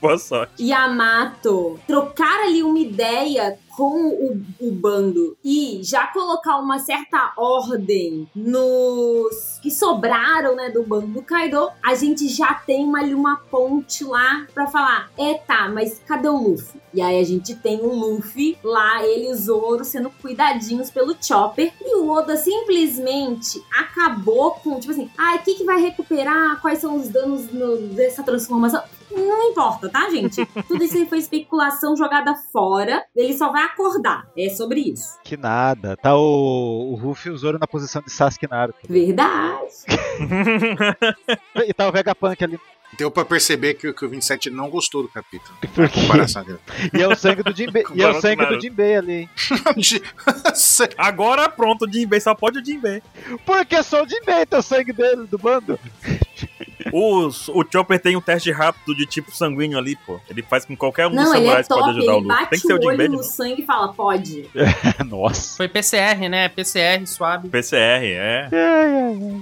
Speaker 1: Boa sorte.
Speaker 4: Yamato trocar ali uma ideia com o, o bando e já colocar uma certa ordem nos que sobraram, né, do bando do Kaido, a gente já tem uma- ali uma ponte lá pra falar, é tá, mas cadê o Luffy? E aí a gente tem o Luffy lá, ele e o Zoro sendo cuidadinhos pelo Chopper e o Oda simplesmente acabou com, tipo assim, ah, o que que vai recuperar? Quais são os danos no- dessa transformação? Não importa, tá, gente? Tudo isso aí foi especulação jogada fora. Ele só vai acordar. É sobre isso.
Speaker 2: Que nada. Tá o, o Ruffy e o Zoro na posição de Sasuke Naruto.
Speaker 4: Verdade.
Speaker 2: E tá o Vegapunk ali.
Speaker 3: Deu pra perceber que, o- que o 27 não gostou do capítulo.
Speaker 2: Por quê?
Speaker 3: Comparação dele.
Speaker 2: E é o sangue do Jinbei. e é o sangue do
Speaker 1: Naruto.
Speaker 2: Jinbei ali, hein?
Speaker 1: Agora pronto, o Jinbei, só pode o Jinbei.
Speaker 2: Porque só o Jinbei tem o sangue dele, do bando.
Speaker 1: Os- o Chopper tem um teste rápido de tipo sanguíneo ali, pô. Ele faz com qualquer um dos
Speaker 4: Não, ele é
Speaker 1: samurais que
Speaker 4: top,
Speaker 1: pode ajudar o
Speaker 4: ele
Speaker 1: Luffy. Tem que
Speaker 4: bate
Speaker 1: ser o
Speaker 4: o
Speaker 1: Jim É.
Speaker 4: olho
Speaker 1: Bad,
Speaker 4: no
Speaker 1: não.
Speaker 4: sangue e fala, pode.
Speaker 2: Nossa.
Speaker 5: Foi PCR, né? PCR suave.
Speaker 1: PCR, é.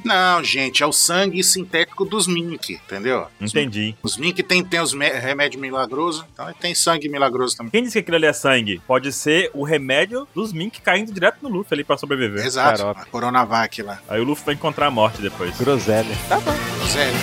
Speaker 3: Não, gente, é o sangue sintético dos Mink, entendeu?
Speaker 1: Entendi.
Speaker 3: Os Mink tem, tem os me- remédios milagrosos, então ele tem sangue milagroso também.
Speaker 1: Quem disse que aquilo ali é sangue? Pode ser o remédio dos Mink caindo direto no Luffy ali pra
Speaker 2: É,
Speaker 1: sobreviver.
Speaker 3: Exato,
Speaker 2: Xarope.
Speaker 3: a Coronavac lá.
Speaker 1: Aí o Luffy vai encontrar a morte depois.
Speaker 2: Groselha. Tá bom.
Speaker 3: Sério.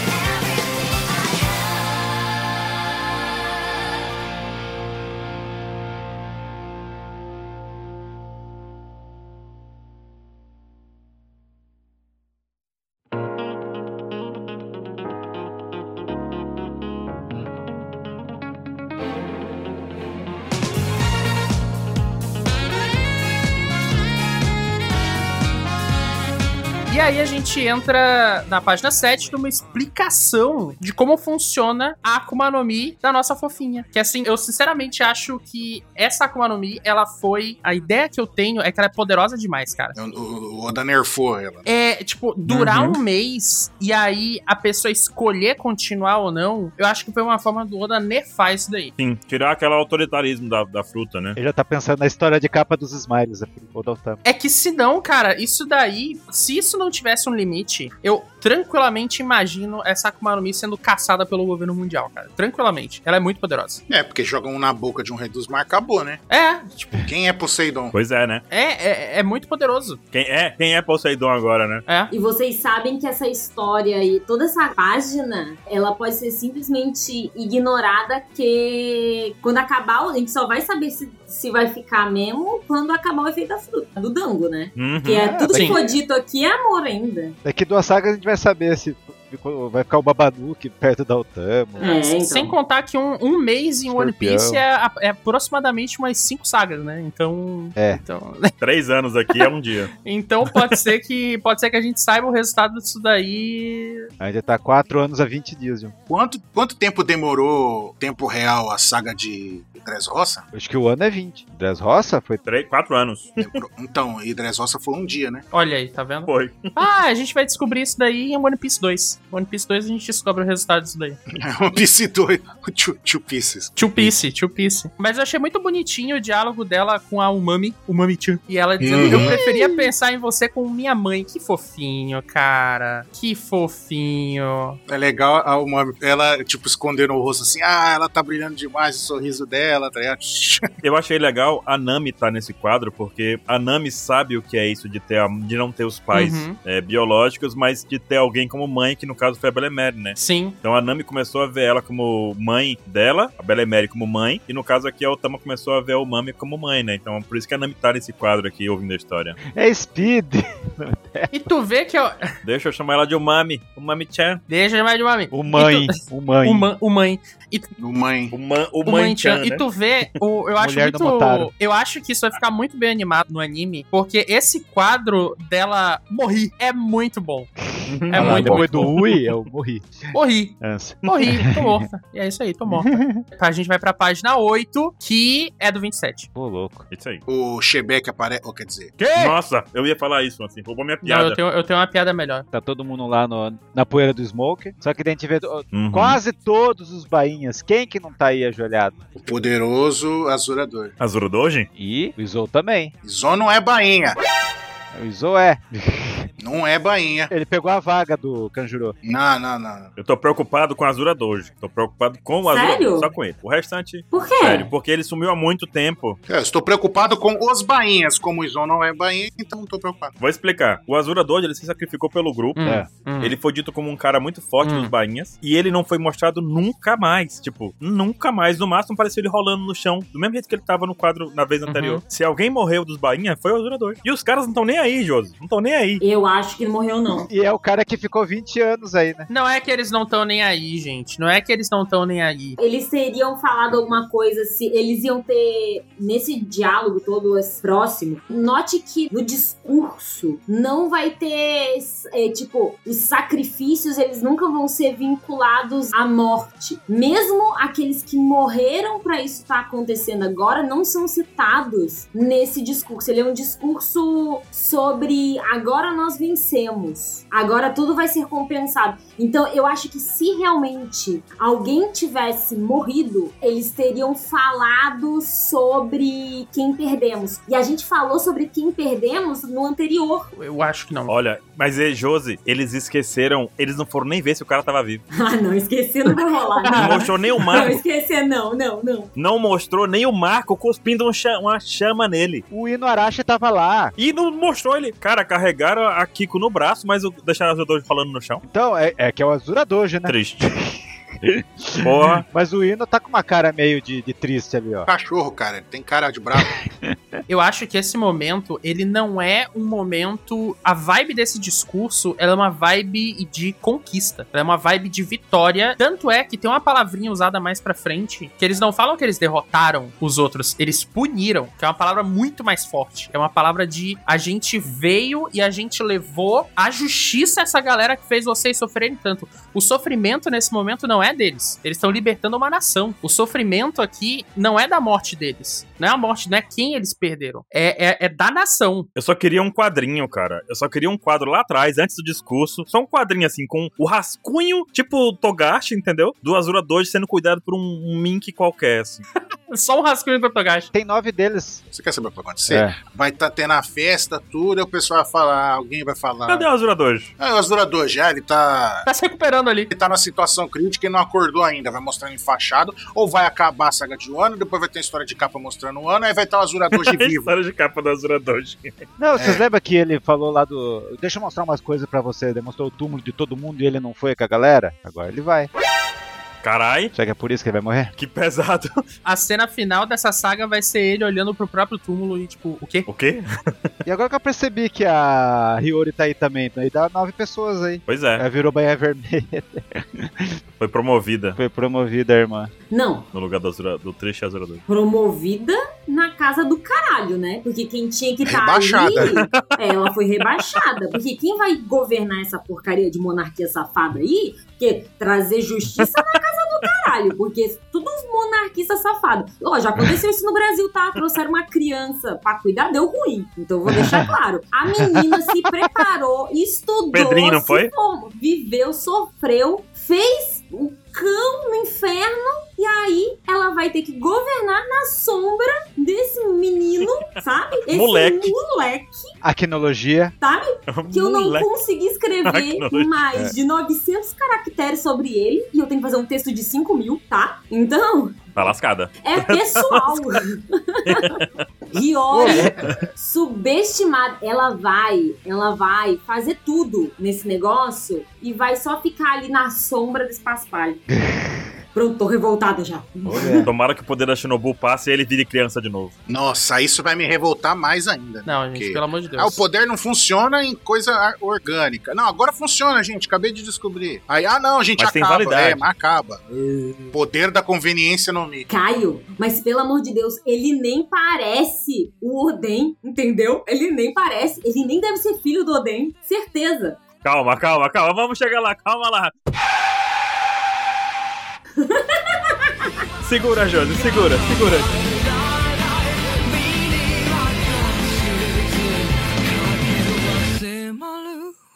Speaker 5: E aí a gente entra na página 7 numa explicação de como funciona a Akuma no Mi da nossa fofinha. Que assim, eu sinceramente acho que essa Akuma no Mi, ela foi. A ideia que eu tenho é que ela é poderosa demais, cara.
Speaker 3: O, o- o Oda nerfou ela.
Speaker 5: É, tipo, durar
Speaker 1: Uhum.
Speaker 5: um mês e aí a pessoa escolher continuar ou não, eu acho que foi uma forma do Oda nerfar isso daí.
Speaker 1: Sim, tirar aquele autoritarismo da, da fruta, né?
Speaker 2: Ele já tá pensando na história de capa dos Smiles, é pro Odaltama.
Speaker 5: É que se não, cara, isso daí, se isso não tivesse um limite, eu tranquilamente imagino essa Akuma no Mi sendo caçada pelo governo mundial, cara. Tranquilamente. Ela é muito poderosa.
Speaker 3: É, porque jogam um na boca de um rei dos mar, acabou, né?
Speaker 5: É, tipo,
Speaker 3: Quem é Poseidon?
Speaker 1: Pois é, né?
Speaker 5: é, é, é muito poderoso.
Speaker 1: Quem é, quem é Poseidon agora, né?
Speaker 5: É.
Speaker 4: E vocês sabem que essa história e toda essa página, ela pode ser simplesmente ignorada que quando acabar, o- a gente só vai saber se, se vai ficar mesmo quando acabar o efeito da fruta, do dango, né?
Speaker 1: Uhum.
Speaker 4: Que é tudo que
Speaker 5: Sim.
Speaker 4: foi dito aqui é amor ainda.
Speaker 2: Daqui duas sagas a gente vai saber se ficou- vai ficar o Babadook perto da Otama.
Speaker 4: É, então.
Speaker 5: Sem contar que um, um mês em One
Speaker 2: Escorpião.
Speaker 5: Piece é, a- é aproximadamente umas cinco sagas, né? Então.
Speaker 2: É.
Speaker 5: Então,
Speaker 1: Três anos aqui é um dia.
Speaker 5: então pode ser que pode ser que a gente saiba o resultado disso daí.
Speaker 2: Ainda tá 4 anos a 20 dias, viu?
Speaker 3: Quanto, quanto tempo demorou tempo real a saga de Dressrosa?
Speaker 2: Acho que o ano é 20. Dress Roça foi.
Speaker 1: Três, quatro anos.
Speaker 3: Demorou. então, e Dressrosa foi um dia, né?
Speaker 5: Olha aí, tá vendo?
Speaker 1: Foi.
Speaker 5: Ah, a gente vai descobrir isso daí em One Piece 2. One Piece 2 a gente descobre o resultado disso daí.
Speaker 3: Um Piece 2, two, two Pieces.
Speaker 5: Two Piece, Two Piece. Mas eu achei muito bonitinho o diálogo dela com a Umami, Umami Chan. E ela dizendo:
Speaker 3: Uhum.
Speaker 5: Eu preferia pensar em você com minha mãe. Que fofinho, cara. Que fofinho.
Speaker 3: É legal a Umami, ela, tipo, escondendo o rosto assim, ah, ela tá brilhando demais, o sorriso dela, tá ligado?
Speaker 1: Eu achei legal a Nami tá nesse quadro, porque a Nami sabe o que é isso de, ter a- de não ter os pais
Speaker 5: Uhum.
Speaker 1: é, biológicos, mas de ter alguém como mãe, que no caso foi a Belemere, né?
Speaker 5: Sim.
Speaker 1: Então a Nami começou a ver ela como mãe dela, a Belemere como mãe, e no caso aqui a Otama começou a ver a Umami como mãe, né? Então por isso que a Nami tá nesse quadro aqui, ouvindo a história.
Speaker 2: É Speed!
Speaker 5: E tu vê que eu.
Speaker 1: Deixa eu chamar ela de Umami, Umami-chan.
Speaker 5: Deixa eu chamar de Umami.
Speaker 2: O mãe. O mãe.
Speaker 5: O mãe. O mãe.
Speaker 3: No mãe.
Speaker 1: Uma,
Speaker 5: O Manchan.
Speaker 1: Uman-chan,
Speaker 5: E
Speaker 1: né?
Speaker 5: tu vê, o, eu acho
Speaker 2: Mulher do Motaro.
Speaker 5: muito. Eu acho que isso vai ficar muito bem animado no anime, porque esse quadro dela morri é muito bom. É
Speaker 2: Ah lá,
Speaker 5: muito,
Speaker 2: depois
Speaker 5: muito
Speaker 2: do
Speaker 5: bom.
Speaker 2: Ui, eu morri.
Speaker 5: Morri,
Speaker 2: Ansa.
Speaker 5: morri, tô morta. E é isso aí, tô morta. A gente vai pra página 8, que é do 27.
Speaker 2: Pô, louco.
Speaker 1: Isso aí.
Speaker 3: O Shebeck aparece, ou quer dizer,
Speaker 1: Nossa, eu ia falar isso, assim, roubou minha
Speaker 5: Não,
Speaker 1: piada.
Speaker 5: eu tenho, eu tenho uma piada melhor.
Speaker 2: Tá todo mundo lá no- na poeira do Smoker. Só que daí a gente vê ó,
Speaker 1: Uhum.
Speaker 2: quase todos os bainhas. Quem que não tá aí ajoelhado?
Speaker 3: o poderoso azurador.
Speaker 1: Azuro Doji?
Speaker 2: E o Izou também.
Speaker 3: Zon não é bainha,
Speaker 2: O Izou é.
Speaker 3: não é bainha.
Speaker 2: Ele pegou a vaga do Kanjuro.
Speaker 3: Não, não, não.
Speaker 1: Eu tô preocupado com a Azura Doji. Tô preocupado com o Azura
Speaker 4: Sério? É.
Speaker 1: Doji, só com ele. O restante,
Speaker 4: Por quê?
Speaker 1: sério, porque ele sumiu há muito tempo.
Speaker 3: É, Eu estou preocupado com os bainhas, como o Zon não é bainha, então não tô preocupado.
Speaker 1: Vou explicar. O Azura Doji, ele se sacrificou pelo grupo.
Speaker 5: Hum,
Speaker 2: É.
Speaker 5: hum.
Speaker 1: Ele foi dito como um cara muito forte
Speaker 5: Hum.
Speaker 1: nos bainhas. E ele não foi mostrado nunca mais. Tipo, nunca mais. No máximo, pareceu ele rolando no chão. Do mesmo jeito que ele tava no quadro na
Speaker 5: Uhum.
Speaker 1: vez anterior. Se alguém morreu dos bainhas, foi o Azura Doji. E os caras não estão nem aí, Josi. Não estão nem aí.
Speaker 4: Eu acho que não morreu, não.
Speaker 2: E é o cara que ficou 20 anos aí, né?
Speaker 5: Não é que eles não estão nem aí, gente. Não é que eles não estão nem aí.
Speaker 4: Eles teriam falado alguma coisa se eles iam ter nesse diálogo todo esse próximo. Note que no discurso não vai ter é, tipo os sacrifícios, eles nunca vão ser vinculados à morte. Mesmo aqueles que morreram pra isso estar acontecendo agora não são citados nesse discurso. Ele é um discurso sobre agora nós vencemos. Agora tudo vai ser compensado. Então eu acho que se realmente alguém tivesse morrido, eles teriam falado sobre quem perdemos. E a gente falou sobre quem perdemos no anterior.
Speaker 5: Eu acho que não.
Speaker 1: Olha, mas e, Josi, eles esqueceram, eles não foram nem ver se o cara tava vivo.
Speaker 4: Ah, não, esqueci, não vai rolar.
Speaker 5: Ah.
Speaker 1: Não
Speaker 4: Não,
Speaker 1: mostrou nem o
Speaker 4: não
Speaker 1: Marco.
Speaker 4: esquecer, não, não, não.
Speaker 1: Não mostrou nem o Marco cuspindo um cha- uma chama nele.
Speaker 2: O Inuarashi tava lá.
Speaker 1: E não mostrou ele. Cara, carregaram a Kiko no braço, mas o- deixaram as duas falando no chão.
Speaker 2: Então, é, é que é o Azura Dojo, né?
Speaker 1: Triste. Porra.
Speaker 2: Mas o Ino tá com uma cara meio de, de triste ali, ó.
Speaker 3: Cachorro, cara, ele tem cara de bravo.
Speaker 5: Eu acho que esse momento, ele não é um momento. A vibe desse discurso, ela é uma vibe de conquista. Ela é uma vibe de vitória. Tanto é que tem uma palavrinha usada mais pra frente, que eles não falam que eles derrotaram os outros, eles puniram, que é uma palavra muito mais forte. É uma palavra de a gente veio e a gente levou à justiça essa galera que fez vocês sofrerem tanto. O sofrimento nesse momento não é deles. Eles estão libertando uma nação. O sofrimento aqui não é da morte deles. Não é a morte, não é quem eles perderam. É, é, é da nação.
Speaker 1: Eu só queria um quadrinho, cara. Eu só queria um quadro lá atrás, antes do discurso. Só um quadrinho, assim, com o rascunho, tipo o Togashi, entendeu? Do Azura Doji sendo cuidado por um, um mink qualquer, assim.
Speaker 5: Só um rascunho do Togashi.
Speaker 2: Tem nove deles. É.
Speaker 3: Você quer saber o que vai
Speaker 1: É.
Speaker 3: acontecer? Vai tá tendo a festa, tudo, aí o pessoal vai falar, alguém vai falar.
Speaker 1: Cadê o Azura Doji?
Speaker 3: Ah, o Azurador já, ele tá.
Speaker 5: Tá se recuperando ali.
Speaker 3: Ele tá numa situação crítica e não acordou ainda. Vai mostrando enfaixado, ou vai acabar a saga de um ano, depois vai ter a história de capa mostrando um ano, aí vai estar o Azurador de
Speaker 1: A
Speaker 3: vivo.
Speaker 1: história de capa do Azura Doji.
Speaker 2: Não, vocês lembram que ele falou lá do. Deixa eu mostrar umas coisas pra você. Demonstrou o túmulo de todo mundo e ele não foi com a galera? Agora ele vai.
Speaker 1: Carai,
Speaker 2: Será que é por isso que ele vai morrer?
Speaker 1: que pesado.
Speaker 5: A cena final dessa saga vai ser ele olhando pro próprio túmulo e tipo, o quê?
Speaker 1: O quê?
Speaker 2: E agora que eu percebi que a Hiyori tá aí também. Aí dá nove pessoas aí.
Speaker 1: Pois é,
Speaker 2: Ela virou banha vermelha.
Speaker 1: foi promovida
Speaker 2: Foi promovida, irmã.
Speaker 4: Não,
Speaker 1: no lugar do, Azura, do triste Azura Doji.
Speaker 4: promovida na casa do caralho, né? Porque quem tinha que estar
Speaker 3: Rebaixada.
Speaker 4: ali, é, ela foi rebaixada. Porque quem vai governar essa porcaria de monarquia safada aí, que trazer justiça na casa do caralho, porque todos os monarquistas safados. Ó, já aconteceu isso no Brasil, tá? Trouxeram uma criança pra cuidar, deu ruim. Então vou deixar claro. A menina se preparou, estudou,
Speaker 1: Pedrinho, não
Speaker 4: se
Speaker 1: foi?
Speaker 4: formou, viveu, sofreu, fez o cão no inferno e aí ela vai ter que governar na sombra desse menino, sabe? Esse
Speaker 1: Moleque.
Speaker 4: moleque
Speaker 2: Aquinologia.
Speaker 4: que eu não
Speaker 1: Moleque.
Speaker 4: consegui escrever
Speaker 1: Ah, que nojo.
Speaker 4: mais de 900 caracteres sobre ele e eu tenho que fazer um texto de 5 mil, tá? Então,
Speaker 1: Tá lascada.
Speaker 4: é pessoal. Hiyori,
Speaker 1: É.
Speaker 4: subestimada. Ela vai, ela vai fazer tudo nesse negócio e vai só ficar ali na sombra desse paspalho. Pronto, tô revoltada já.
Speaker 1: Tomara que o poder da Shinobu passe e ele vire criança de novo.
Speaker 3: Nossa, isso vai me revoltar mais ainda. né?
Speaker 5: Não, gente,
Speaker 3: Que-
Speaker 5: pelo amor de Deus.
Speaker 3: Ah, o poder não funciona em coisa ar- orgânica. Não, agora funciona, gente. Acabei de descobrir. Aí, ah, não, gente,
Speaker 1: Mas tem
Speaker 3: acaba.
Speaker 1: validade.
Speaker 3: é, mas acaba. Poder da conveniência no Mi.
Speaker 4: Caio, mas pelo amor de Deus, ele nem parece o Oden, entendeu? Ele nem parece, ele nem deve ser filho do Oden, certeza.
Speaker 1: Calma, calma, calma. Vamos chegar lá, calma lá. segura, Josi, segura, segura.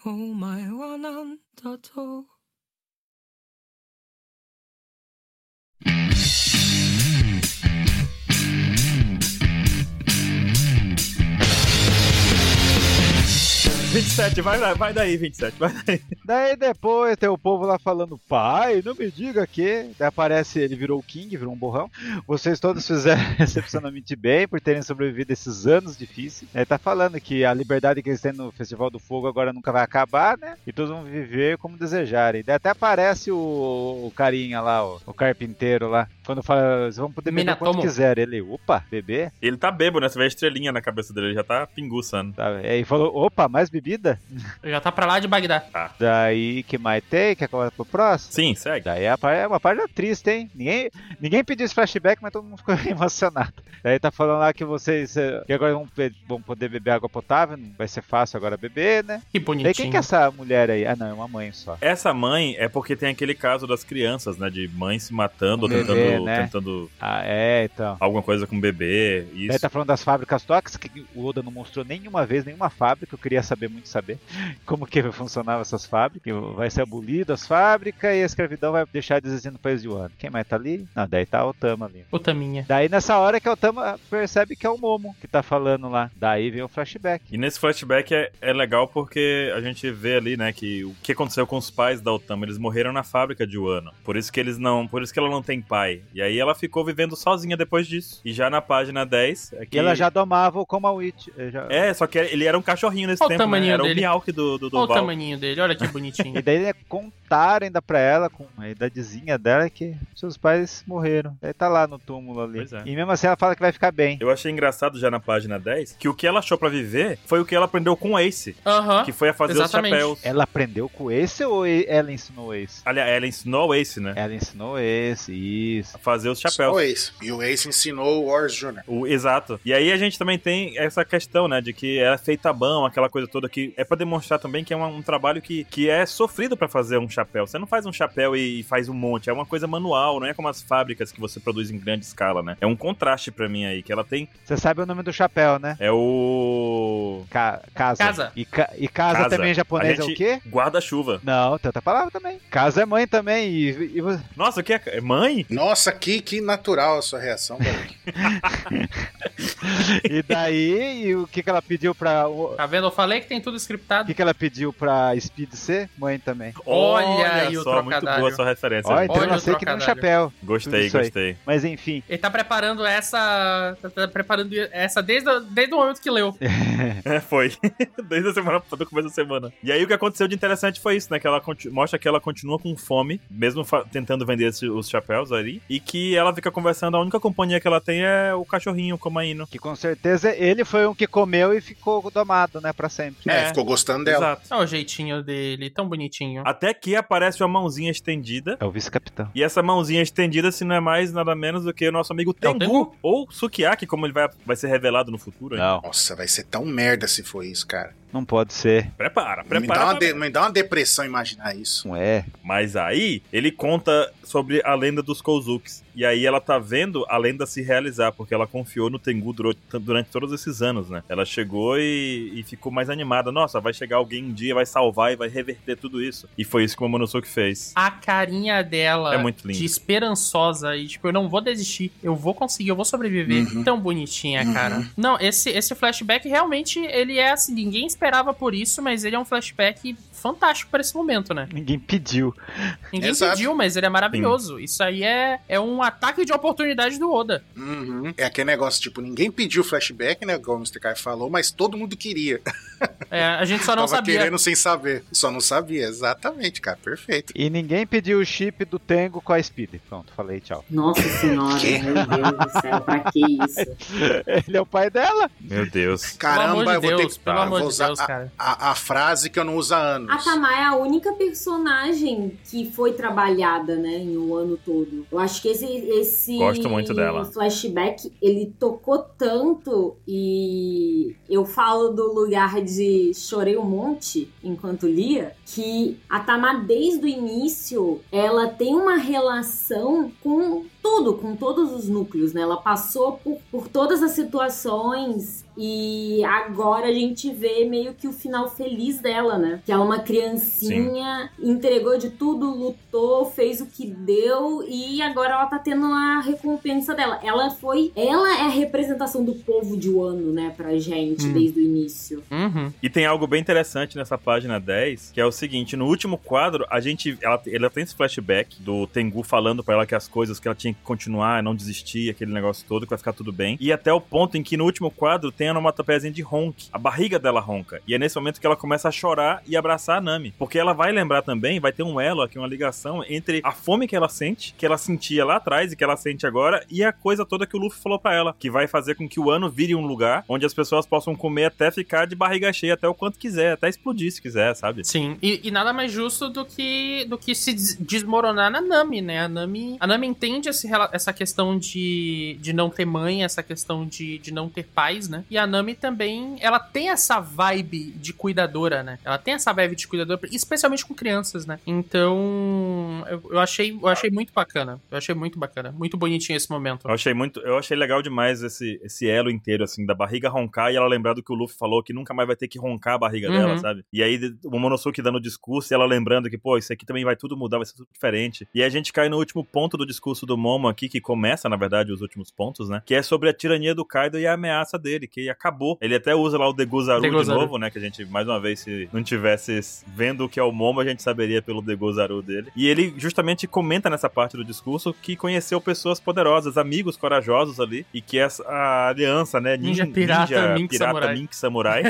Speaker 6: お前は何だと
Speaker 1: Sete, vai, lá, vai daí, 27, vai daí.
Speaker 2: Daí depois tem o povo lá falando, pai, não me diga que. Daí aparece, ele virou o King, virou um borrão. Vocês todos fizeram excepcionalmente bem por terem sobrevivido esses anos difíceis. Ele tá falando que a liberdade que eles têm no Festival do Fogo agora nunca vai acabar, né? E todos vão viver como desejarem. Daí até aparece o, o carinha lá, o, o carpinteiro lá. Quando fala, vocês vão poder beber quanto
Speaker 5: Minatomo.
Speaker 2: quiserem. Ele, opa, bebê?
Speaker 1: Ele tá bêbado, né? Você vê a estrelinha na cabeça dele, ele já tá pinguçando.
Speaker 2: Tá, Aí falou, opa, mais bebida?
Speaker 5: Já tá pra lá de Bagdá.
Speaker 2: Daí que mais tem? Quer acabar pro próximo?
Speaker 1: Sim, segue.
Speaker 2: Daí é a par- é uma página triste, hein? Ninguém, ninguém pediu esse flashback, mas todo mundo ficou emocionado. Daí tá falando lá que vocês eh, que agora vão, pe- vão poder beber água potável, não vai ser fácil agora beber, né?
Speaker 5: Que
Speaker 2: Daí
Speaker 5: bonitinho.
Speaker 2: quem que é essa mulher aí? Ah, não, é uma mãe só.
Speaker 1: Essa mãe é porque tem aquele caso das crianças, né? De mãe se matando, ou
Speaker 2: Bebê,
Speaker 1: tentando,
Speaker 2: né?
Speaker 1: tentando
Speaker 2: Ah, é, então. tá
Speaker 1: alguma coisa com o bebê. Isso.
Speaker 2: Daí tá falando das fábricas tóxicas, que o Oda não mostrou nenhuma vez, nenhuma fábrica, eu queria saber muito saber como que funcionavam essas fábricas. Vai ser abolida as fábricas e a escravidão vai deixar de existir no país de Wano. Quem mais tá ali? Não, daí tá o Tama ali.
Speaker 5: Ô, Taminha.
Speaker 2: Daí nessa hora que o Tama percebe que é o Momo que tá falando lá. Daí vem o flashback.
Speaker 1: E nesse flashback é, é legal porque a gente vê ali, né, que o que aconteceu com os pais da Otama, eles morreram na fábrica de Wano. Por isso que eles não, por isso que ela não tem pai. E aí ela ficou vivendo sozinha depois disso. E já na página 10, é
Speaker 2: E
Speaker 1: que
Speaker 2: ela já domava o Komawit. eh, já-
Speaker 1: É, só que ele era um cachorrinho nesse
Speaker 5: Olha o
Speaker 1: tempo, né?
Speaker 5: tamaninho
Speaker 1: Era o
Speaker 5: dele.
Speaker 1: Mialk do do
Speaker 5: Olha o
Speaker 1: Durval.
Speaker 5: tamaninho dele, olha que bonitinho.
Speaker 2: E daí né, contaram ainda pra ela, com a idadezinha dela, que seus pais morreram. Daí tá lá no túmulo ali.
Speaker 1: Pois é.
Speaker 2: E mesmo assim ela fala que vai ficar bem.
Speaker 1: Eu achei engraçado já na página 10 que o que ela achou pra viver foi o que ela aprendeu com o Ace,
Speaker 5: Aham.
Speaker 1: que foi a fazer
Speaker 5: exatamente.
Speaker 1: os chapéus.
Speaker 2: Ela aprendeu com esse ou e- ela ensinou esse?
Speaker 1: Aliás, ela ensinou o Ace, né?
Speaker 2: Ela ensinou esse, isso.
Speaker 1: A fazer os
Speaker 3: Só
Speaker 1: chapéus.
Speaker 3: o Ace. E o Ace ensinou o Wars Jr.
Speaker 1: O- exato. E aí a gente também tem essa questão, né, de que ela é feita a mão, aquela coisa toda que é pra demonstrar também que é uma- um trabalho que, que é sofrido pra fazer um chapéu. Você não faz um chapéu e, e faz um monte, é uma coisa manual, não é como as fábricas que você produz em grande escala, né? É um contraste pra mim aí que ela tem
Speaker 2: Você sabe o nome do chapéu, né?
Speaker 1: é o
Speaker 2: Ca casa.
Speaker 5: Casa.
Speaker 2: E, ca- e casa,
Speaker 1: Casa.
Speaker 2: também em japonês
Speaker 1: A
Speaker 2: é o
Speaker 1: gente-
Speaker 2: quê?
Speaker 1: guarda-chuva.
Speaker 2: Não, tem outra palavra também. Casa é mãe também. E, e você-
Speaker 1: Nossa, o que é? ca- é Mãe?
Speaker 3: Nossa, que, que natural a sua reação, Baruque.
Speaker 2: e daí, e o que, que ela pediu pra. O
Speaker 5: Tá vendo? Eu falei que tem tudo
Speaker 2: o
Speaker 5: scriptado.
Speaker 2: que, que ela pediu pra Speed ser? Mãe também.
Speaker 5: Olha aí o
Speaker 1: só, muito
Speaker 5: trocadilho.
Speaker 1: boa a sua referência.
Speaker 2: Ó,
Speaker 1: gente.
Speaker 2: então
Speaker 5: Olha
Speaker 2: ela
Speaker 5: o
Speaker 2: sei que tem um
Speaker 5: trocadilho.
Speaker 2: chapéu.
Speaker 1: Gostei,
Speaker 2: isso aí.
Speaker 1: gostei.
Speaker 2: Mas enfim.
Speaker 5: Ele tá preparando essa. Tá, tá preparando essa desde, a- desde o momento que leu.
Speaker 1: É, foi. Desde a semana, do começo da semana. E aí o que aconteceu de interessante foi isso, né? Que ela conti- mostra que ela continua com fome, mesmo fa- tentando vender esse- os chapéus ali, e que ela fica conversando, a única companhia que ela tem é o cachorrinho, o comaíno.
Speaker 2: Que com certeza ele foi um que comeu e ficou domado, né? Pra sempre.
Speaker 3: É,
Speaker 1: É.
Speaker 3: ficou gostando dela.
Speaker 1: Exato.
Speaker 5: Olha o jeitinho dele, tão bonitinho.
Speaker 1: Até que aparece uma mãozinha estendida.
Speaker 2: É o vice-capitão.
Speaker 1: E essa mãozinha estendida, se não é mais nada menos do que o nosso amigo
Speaker 5: É o
Speaker 1: Tengu,
Speaker 5: Tengu.
Speaker 1: ou Sukiyaki, como ele vai, vai ser revelado no futuro. hein?
Speaker 2: Não,
Speaker 3: Nossa, vai ser tão merda se for isso, cara.
Speaker 2: não pode
Speaker 5: É.
Speaker 2: ser.
Speaker 1: Prepara, prepara.
Speaker 3: me, dá uma
Speaker 1: pra-
Speaker 3: de- me dá uma depressão imaginar isso.
Speaker 2: Não é.
Speaker 1: Mas aí ele conta sobre a lenda dos Kouzukis. E aí ela tá vendo a lenda se realizar, porque ela confiou no Tengu durante, durante todos esses anos, né? Ela chegou e, e ficou mais animada. Nossa, vai chegar alguém um dia, vai salvar e vai reverter tudo isso. E foi isso que o Momonosuke fez.
Speaker 5: A carinha dela
Speaker 1: É muito lindo.
Speaker 5: de esperançosa e tipo, eu não vou desistir, eu vou conseguir, eu vou sobreviver.
Speaker 3: Uhum.
Speaker 5: Tão bonitinha,
Speaker 3: Uhum.
Speaker 5: cara. Não, esse, esse flashback realmente, ele é assim, ninguém esperava por isso, mas ele é um flashback fantástico pra esse momento, né?
Speaker 2: Ninguém pediu.
Speaker 5: Ninguém
Speaker 3: Exato.
Speaker 5: pediu, mas ele é maravilhoso. Isso aí é, é um ataque de oportunidade do Oda.
Speaker 3: Uhum. É aquele negócio, tipo, ninguém pediu flashback, né? Como o Mr. Kai falou, mas todo mundo queria.
Speaker 5: É, a gente só não
Speaker 3: Tava
Speaker 5: sabia.
Speaker 3: querendo sem saber. Só não sabia, exatamente, cara. Perfeito.
Speaker 2: E ninguém pediu o chip do Tengo com a Speed. Pronto, falei tchau.
Speaker 4: Nossa senhora,
Speaker 3: Que?
Speaker 4: meu Deus do céu, pra que isso?
Speaker 2: Ele é o pai dela?
Speaker 1: Meu Deus.
Speaker 3: Caramba,
Speaker 5: pelo amor
Speaker 3: eu
Speaker 5: de
Speaker 3: vou
Speaker 5: Deus,
Speaker 3: ter que
Speaker 5: pelo
Speaker 3: eu
Speaker 5: amor
Speaker 3: vou
Speaker 5: de
Speaker 3: usar
Speaker 5: Deus,
Speaker 3: a-
Speaker 5: cara.
Speaker 3: a, a frase que eu não uso há
Speaker 4: A
Speaker 3: anos.
Speaker 4: Tamar é a única personagem que foi trabalhada, né, em um ano todo. Eu acho que esse, esse
Speaker 1: Gosto muito dela.
Speaker 4: flashback, ele tocou tanto e eu falo do lugar de chorei um monte enquanto lia, que a Tamar desde o início, ela tem uma relação com tudo, com todos os núcleos, né? Ela passou por, por todas as situações e agora a gente vê meio que o final feliz dela, né? Que ela é uma criancinha, entregou de tudo, lutou, fez o que deu e agora ela tá tendo a recompensa dela. Ela foi, ela é a representação do povo de Wano, né, pra gente
Speaker 5: Hum.
Speaker 4: desde o início.
Speaker 5: Uhum.
Speaker 1: E tem algo bem interessante nessa página 10, que é o seguinte, no último quadro, a gente ela, ela tem esse flashback do Tengu falando pra ela que as coisas que ela tinha que continuar, não desistir, aquele negócio todo que vai ficar tudo bem. E até o ponto em que no último quadro tem a onomatopeiazinha de ronk, a barriga dela ronca. E é nesse momento que ela começa a chorar e abraçar a Nami, porque ela vai lembrar também, vai ter um elo aqui, uma ligação entre a fome que ela sente, que ela sentia lá atrás e que ela sente agora, e a coisa toda que o Luffy falou pra ela, que vai fazer com que o ano vire um lugar onde as pessoas possam comer até ficar de barriga cheia, até o quanto quiser, até explodir se quiser, sabe?
Speaker 5: Sim. E, e nada mais justo do que do que se des- desmoronar na Nami, né? A Nami, a Nami entende esse rela- essa questão de, de não ter mãe, essa questão de, de não ter pais, né? E a Nami também, ela tem essa vibe de cuidadora, né? Ela tem essa vibe de cuidadora, especialmente com crianças, né? Então, eu, eu achei, eu achei muito bacana. Eu achei muito bacana, muito bonitinho esse momento.
Speaker 1: Eu achei muito, eu achei legal demais esse, esse elo inteiro, assim, da barriga roncar e ela lembrar do que o Luffy falou, que nunca mais vai ter que roncar a barriga
Speaker 5: Uhum.
Speaker 1: dela, sabe? E aí de- o Momonosuke dando o discurso e ela lembrando que, pô, isso aqui também vai tudo mudar, vai ser tudo diferente. E a gente cai no último ponto do discurso do Momo aqui, que começa, na verdade, os últimos pontos, né? Que é sobre a tirania do Kaido e a ameaça dele, que acabou. Ele até usa lá o Deguzaru de
Speaker 5: Deguzaru.
Speaker 1: novo, né? Que a gente, mais uma vez, se não tivesse vendo o que é o Momo, a gente saberia pelo Degozaru dele. E ele justamente comenta nessa parte do discurso que conheceu pessoas poderosas, amigos corajosos ali, e que essa a aliança, né?
Speaker 5: Ninja pirata,
Speaker 1: ninja,
Speaker 5: Mink
Speaker 1: pirata,
Speaker 5: samurai.
Speaker 1: Mink Samurai.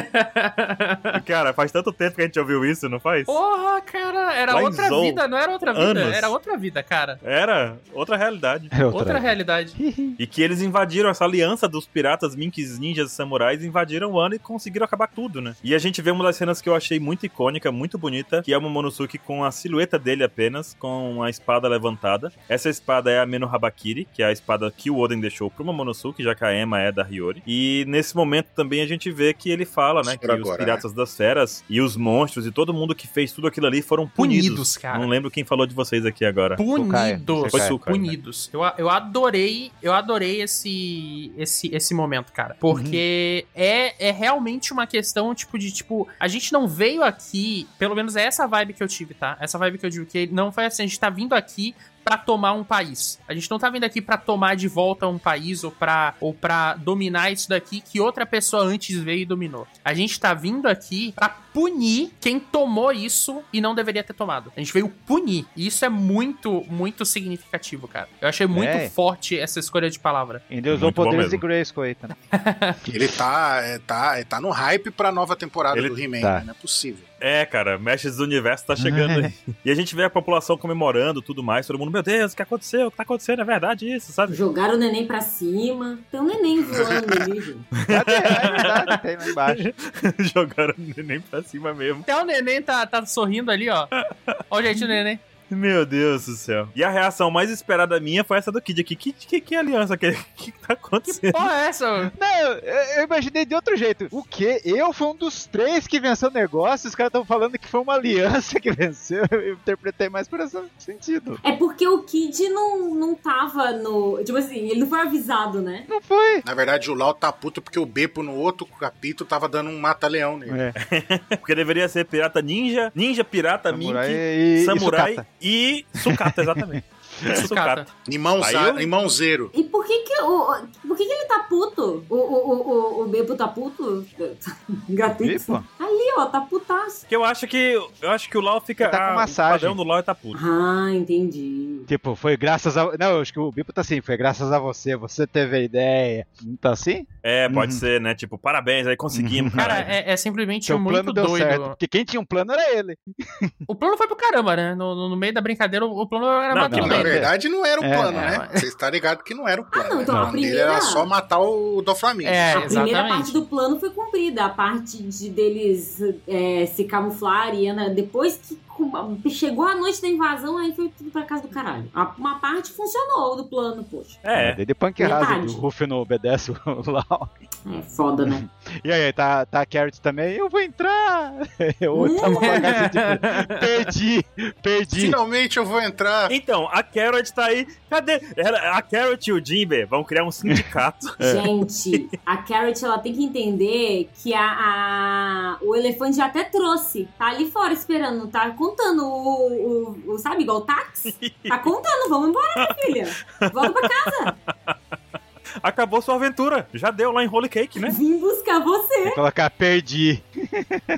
Speaker 1: Cara, faz tanto tempo que a gente ouviu isso, não faz?
Speaker 5: Porra, cara, era
Speaker 1: Lá em
Speaker 5: outra
Speaker 1: Zou,
Speaker 5: vida, não era outra vida,
Speaker 1: anos.
Speaker 5: era outra vida, cara.
Speaker 1: Era outra realidade.
Speaker 2: É
Speaker 5: Outra realidade.
Speaker 1: E que eles invadiram essa aliança dos piratas, minks, ninjas, samurais, invadiram o ano e conseguiram acabar tudo, né? E a gente vê uma das cenas que eu achei muito icônica, muito bonita, que é o Momonosuke com a silhueta dele apenas, com a espada levantada. Essa espada é a Meno Habakiri, que é a espada que o Oden deixou pro Momonosuke, já que a Ema é da Hiyori. E nesse momento também a gente vê que ele fala, né, que
Speaker 3: Por
Speaker 1: os
Speaker 3: agora,
Speaker 1: piratas das feras e os monstros e todo mundo que fez tudo aquilo ali foram punidos.
Speaker 5: Punidos, cara.
Speaker 1: Não lembro quem falou de vocês aqui agora.
Speaker 2: Sukai,
Speaker 5: Punidos.
Speaker 1: Foi
Speaker 2: Sukai.
Speaker 1: Sukai, né?
Speaker 5: Punidos. Eu, a- eu adorei, eu adorei esse esse, esse momento, cara. Porque é, é realmente uma questão, tipo, de tipo, a gente não veio aqui, pelo menos é essa vibe que eu tive, tá? Essa vibe que eu tive, que não foi assim, a gente tá vindo aqui pra tomar um país. A gente não tá vindo aqui pra tomar de volta um país ou pra ou para dominar isso daqui que outra pessoa antes veio e dominou. A gente tá vindo aqui pra punir quem tomou isso e não deveria ter tomado. A gente veio punir. E isso é muito muito significativo, cara. Eu achei muito
Speaker 2: É.
Speaker 5: forte essa escolha de palavra.
Speaker 2: Ainda usou
Speaker 1: Muito bom
Speaker 2: poderes de
Speaker 1: mesmo.
Speaker 2: Grace, coita. né?
Speaker 3: Ele tá, é, tá, ele tá no hype pra nova temporada
Speaker 1: Ele
Speaker 3: do He-Man,
Speaker 2: tá.
Speaker 3: né? não é possível.
Speaker 1: É, cara, Mestres do Universo tá chegando aí. E a gente vê a população comemorando tudo mais, todo mundo, meu Deus, o que aconteceu? O que tá acontecendo? É verdade isso, sabe?
Speaker 4: Jogaram o neném pra cima. Tem um neném voando ali, gente.
Speaker 2: Cadê? É verdade, tem lá embaixo.
Speaker 1: Jogaram nem pra cima mesmo.
Speaker 5: Até o neném tá, tá sorrindo ali, ó. Olha o gente, neném.
Speaker 1: Meu Deus do céu. E a reação mais esperada minha foi essa do Kid aqui. Que, que, que aliança que, que tá acontecendo?
Speaker 5: Porra, é essa?
Speaker 2: Não, eu, eu imaginei de outro jeito. O quê? Eu fui um dos três que venceu o negócio, os caras estão falando que foi uma aliança que venceu. Eu interpretei mais por esse sentido.
Speaker 4: É porque o Kid não, não tava no. Tipo assim, ele não foi avisado, né?
Speaker 2: Não foi.
Speaker 3: Na verdade, o Lau tá puto porque o Beppo no outro capítulo tava dando um mata-leão nele.
Speaker 2: É.
Speaker 1: Porque deveria ser pirata ninja, ninja pirata mink,
Speaker 2: e,
Speaker 1: samurai
Speaker 2: sucata.
Speaker 1: e sucata, exatamente.
Speaker 5: Sucata.
Speaker 3: Limão,
Speaker 1: Aí
Speaker 3: sa-
Speaker 1: eu-
Speaker 3: limãozeiro.
Speaker 4: E por que que, o, o- por que, que ele tá puto? O, o, o, o, o Bebo tá puto?
Speaker 1: é
Speaker 4: Gratuito.
Speaker 2: Bebo?
Speaker 4: Ali, ó, tá putaço.
Speaker 1: Que eu acho que. Eu acho que o Lau fica.
Speaker 2: Ele tá com
Speaker 1: ah, O
Speaker 2: massagem.
Speaker 1: padrão do Lau é tá puto.
Speaker 4: Ah, entendi.
Speaker 2: Tipo, foi graças a. Não, eu acho que o Bipo tá assim, foi graças a você, você teve a ideia. Não tá assim?
Speaker 1: É, pode
Speaker 2: Uhum.
Speaker 1: ser, né? Tipo, parabéns, aí conseguimos,
Speaker 5: Cara,
Speaker 1: cara.
Speaker 5: é, é simplesmente
Speaker 2: Seu
Speaker 5: muito
Speaker 2: um plano deu
Speaker 5: doido.
Speaker 2: certo. Porque quem tinha um plano era ele.
Speaker 5: O plano foi pro caramba, né? No, no- no meio da brincadeira, o o plano era
Speaker 1: Não,
Speaker 5: bater
Speaker 1: não,
Speaker 5: o
Speaker 1: não,
Speaker 3: Na
Speaker 5: dedo.
Speaker 3: verdade, não era o
Speaker 2: É,
Speaker 3: plano,
Speaker 5: é,
Speaker 3: né? Vocês tá ligado que não era o plano.
Speaker 4: não, então
Speaker 3: né?
Speaker 4: a
Speaker 3: O plano dele
Speaker 4: primeira-
Speaker 3: era só matar o Tipo, do Flamengo.
Speaker 5: É,
Speaker 4: a primeira parte
Speaker 5: exatamente.
Speaker 4: do plano foi cumprida, a parte de deles é, se camuflarem, né? depois que cu- chegou a noite da invasão, aí foi tudo pra casa do caralho. A- Uma parte funcionou do plano, poxa.
Speaker 1: É,
Speaker 2: Ele punk
Speaker 4: Verdade.
Speaker 2: errado. O Ruff não obedece o Lau.
Speaker 4: É foda, né?
Speaker 2: E aí, tá, tá a Carrot também? Eu vou entrar! Eu
Speaker 5: Hum.
Speaker 2: tava com a cara assim, tipo, perdi, perdi.
Speaker 3: Finalmente eu vou entrar.
Speaker 1: Então, a Carrot tá aí. Cadê? Ela- A Carrot e o Jimber vão criar um sindicato.
Speaker 4: Gente, a Carrot ela tem que entender que a, a- o elefante já até trouxe. Tá ali fora esperando, tá contando o, o- o- sabe, igual o táxi. Tá contando, vamos embora, minha filha. Volta pra casa,
Speaker 1: Acabou sua aventura. Já deu lá em Holy Cake, né?
Speaker 4: vim buscar você.
Speaker 2: Vou É colocar perdi.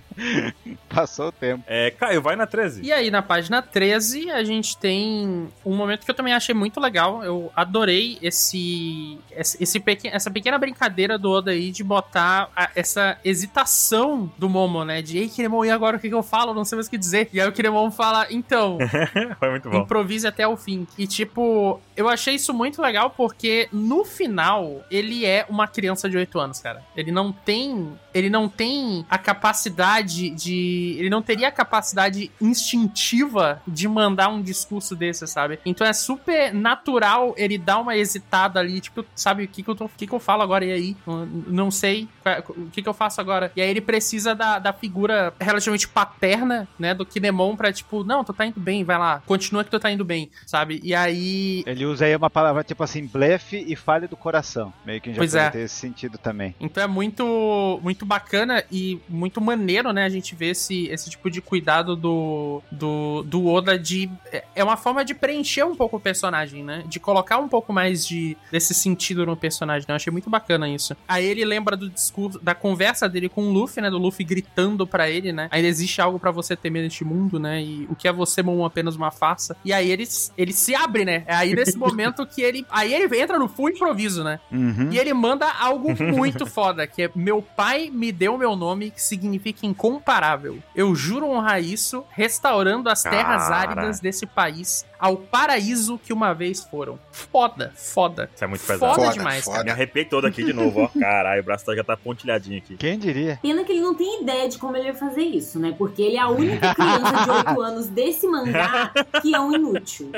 Speaker 2: Passou o tempo.
Speaker 1: É, Caio, vai na 13.
Speaker 5: E aí, na página 13, a gente tem um momento que eu também achei muito legal. Eu adorei esse, esse, esse pequen- essa pequena brincadeira do Oda aí de botar a- essa hesitação do Momo, né? De, ei, Kiremon, e agora o que, que eu falo? Não sei mais o que dizer. E aí o Kiremon fala, então,
Speaker 1: Foi muito bom.
Speaker 5: improvise até o fim. E tipo, eu achei isso muito legal porque no final ele é uma criança de 8 anos, cara. Ele não tem, ele não tem a capacidade de ele, ele não teria a capacidade instintiva de mandar um discurso desse, sabe? Então é super natural ele dar uma hesitada ali, tipo, sabe, o que que eu, tô, o que que eu falo agora? E aí? Não- Não sei. O que que eu faço agora? E aí ele precisa da, da figura relativamente paterna, né, do Kinemon pra, tipo, não, tu tá indo bem, vai lá, continua que tu tá indo bem, sabe? E aí
Speaker 2: Ele usa aí uma palavra tipo assim, blefe e falha do coração. Meio que já
Speaker 5: Pois
Speaker 2: pode
Speaker 5: é.
Speaker 2: ter esse sentido também.
Speaker 5: Então é muito, muito bacana e muito maneiro, né? A gente ver esse, esse tipo de cuidado do, do, do Oda de. é- É uma forma de preencher um pouco o personagem, né? De colocar um pouco mais de, desse sentido no personagem. Né? Eu achei muito bacana isso. Aí ele lembra do discurso, da conversa dele com o Luffy, né? Do Luffy gritando pra ele, né? Ainda existe algo pra você temer neste mundo, né? E o que é você, Momo, apenas uma farsa. E aí ele, ele se abre, né? É aí nesse momento que ele. Aí ele entra no full improviso, né?
Speaker 1: Hum?
Speaker 2: Uhum.
Speaker 5: E ele manda algo muito foda, que é meu pai me deu meu nome, que significa incomparável. Eu juro honrar isso, restaurando as terras
Speaker 1: Cara.
Speaker 5: áridas desse país ao paraíso que uma vez foram. Foda, foda.
Speaker 1: Isso é muito
Speaker 5: Foda
Speaker 1: pesado.
Speaker 5: demais,
Speaker 1: Me arrepiei todo aqui de novo, ó. Caralho, o braço já tá pontilhadinho aqui.
Speaker 2: Quem diria?
Speaker 4: Pena que ele não tem ideia de como ele vai fazer isso, né? Porque ele é a única criança de 8 anos desse mangá que é um inútil.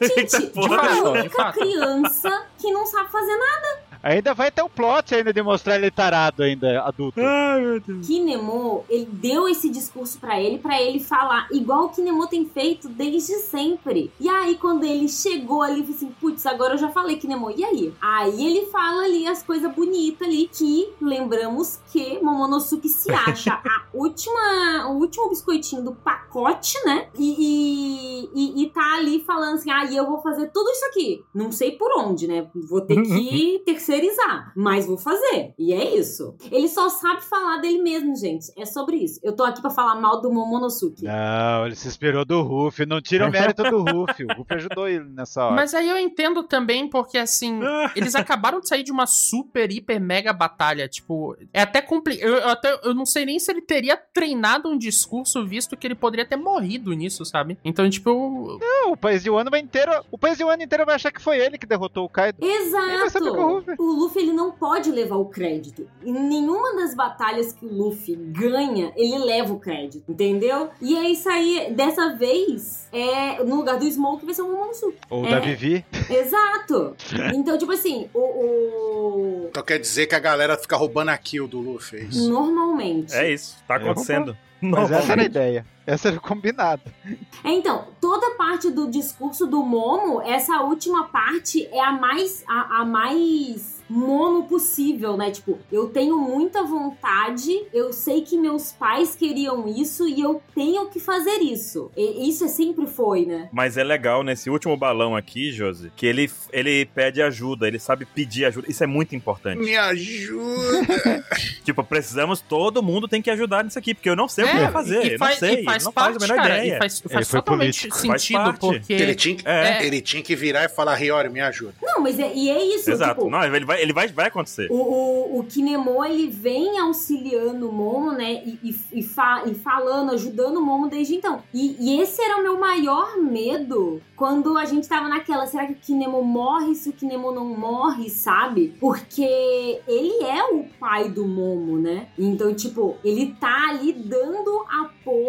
Speaker 1: Eita,
Speaker 4: Gente,
Speaker 1: porra.
Speaker 4: é a
Speaker 5: fato, de
Speaker 4: única
Speaker 5: fato.
Speaker 4: criança que não sabe fazer nada.
Speaker 2: Ainda vai ter um plot ainda de mostrar ele tarado ainda, adulto.
Speaker 5: Ah.
Speaker 1: Ai, meu Deus.
Speaker 4: Kinemo, ele deu esse discurso pra ele, pra ele falar igual o Kinemo tem feito desde sempre. E aí, quando ele chegou ali, eu falei assim, putz, agora eu já falei Kinemo, e aí? Aí ele fala ali as coisas bonitas ali, que lembramos que Momonosuke se acha a última, o último biscoitinho do pacote, né? E, e, e- e tá ali falando assim, aí eu vou fazer tudo isso aqui. Não sei por onde, né? Vou ter que terceirizar, mas vou fazer. E é isso. Ele só sabe falar dele mesmo, gente. É sobre isso. Eu tô aqui pra falar mal do Momonosuke.
Speaker 2: Não, ele se inspirou do Ruff. Não tira o mérito do Ruff. O Ruff ajudou ele nessa hora.
Speaker 5: Mas aí eu entendo também, porque assim, eles acabaram de sair de uma super, hiper, mega batalha. Tipo, é até complicado. Eu, eu até eu não sei nem se ele teria treinado um discurso, visto que ele poderia ter morrido nisso, sabe? Então, tipo, eu-
Speaker 2: Não, o país de Wano vai inteiro. O país de Wano inteiro vai achar que foi ele que derrotou o Kaido. Ele vai
Speaker 4: Exato!
Speaker 2: saber com o Luffy.
Speaker 4: O Luffy ele não pode levar o crédito. Em nenhuma das batalhas que o Luffy ganha, ele leva o crédito, entendeu? E é isso aí, dessa vez, é, no lugar do Smoke vai ser o Momonosuke.
Speaker 2: Ou
Speaker 4: É.
Speaker 2: da Vivi.
Speaker 4: Exato! Então, tipo assim, o. o-
Speaker 3: Então quer dizer que a galera fica roubando a kill do Luffy, é isso?
Speaker 4: Normalmente.
Speaker 1: É isso, tá
Speaker 2: Eu vou-
Speaker 1: acontecendo. é,
Speaker 2: Mas é essa era a
Speaker 1: Normalmente.
Speaker 2: ideia. Essa era o combinado.
Speaker 4: É, Então, toda parte do discurso do Momo, essa última parte é a mais a, a mais Momo possível, né? Tipo, eu tenho muita vontade, eu sei que meus pais queriam isso e eu tenho que fazer isso. E- isso é sempre foi, né?
Speaker 1: Mas é legal nesse último balão aqui, Josi, que ele, ele pede ajuda, ele sabe pedir ajuda. Isso é muito importante.
Speaker 3: Me ajuda!
Speaker 1: Tipo, precisamos, todo mundo tem que ajudar nisso aqui, porque eu não sei o que eu
Speaker 5: É,
Speaker 1: vou fazer.
Speaker 5: e- e
Speaker 1: eu
Speaker 5: faz-
Speaker 1: não sei,
Speaker 5: e faz
Speaker 1: não
Speaker 5: parte,
Speaker 1: faz a menor
Speaker 5: cara,
Speaker 1: ideia.
Speaker 5: E faz, faz
Speaker 2: foi
Speaker 5: totalmente
Speaker 2: político.
Speaker 1: Faz
Speaker 5: sentido,
Speaker 1: parte.
Speaker 3: ele,
Speaker 5: porque.
Speaker 3: tinha que,
Speaker 1: É.
Speaker 3: ele tinha que virar e falar, Riori, me ajuda.
Speaker 4: Não, mas é, e é isso,
Speaker 1: Exato.
Speaker 4: tipo,
Speaker 1: Não, ele vai, ele vai, vai acontecer.
Speaker 4: O, o, o Kinemo, ele vem auxiliando o Momo, né? E, e, e fa- e falando, ajudando o Momo desde então. E, e esse era o meu maior medo quando a gente tava naquela. Será que o Kinemo morre se o Kinemo não morre, sabe? Porque ele é o pai do Momo, né? Então, tipo, ele tá ali dando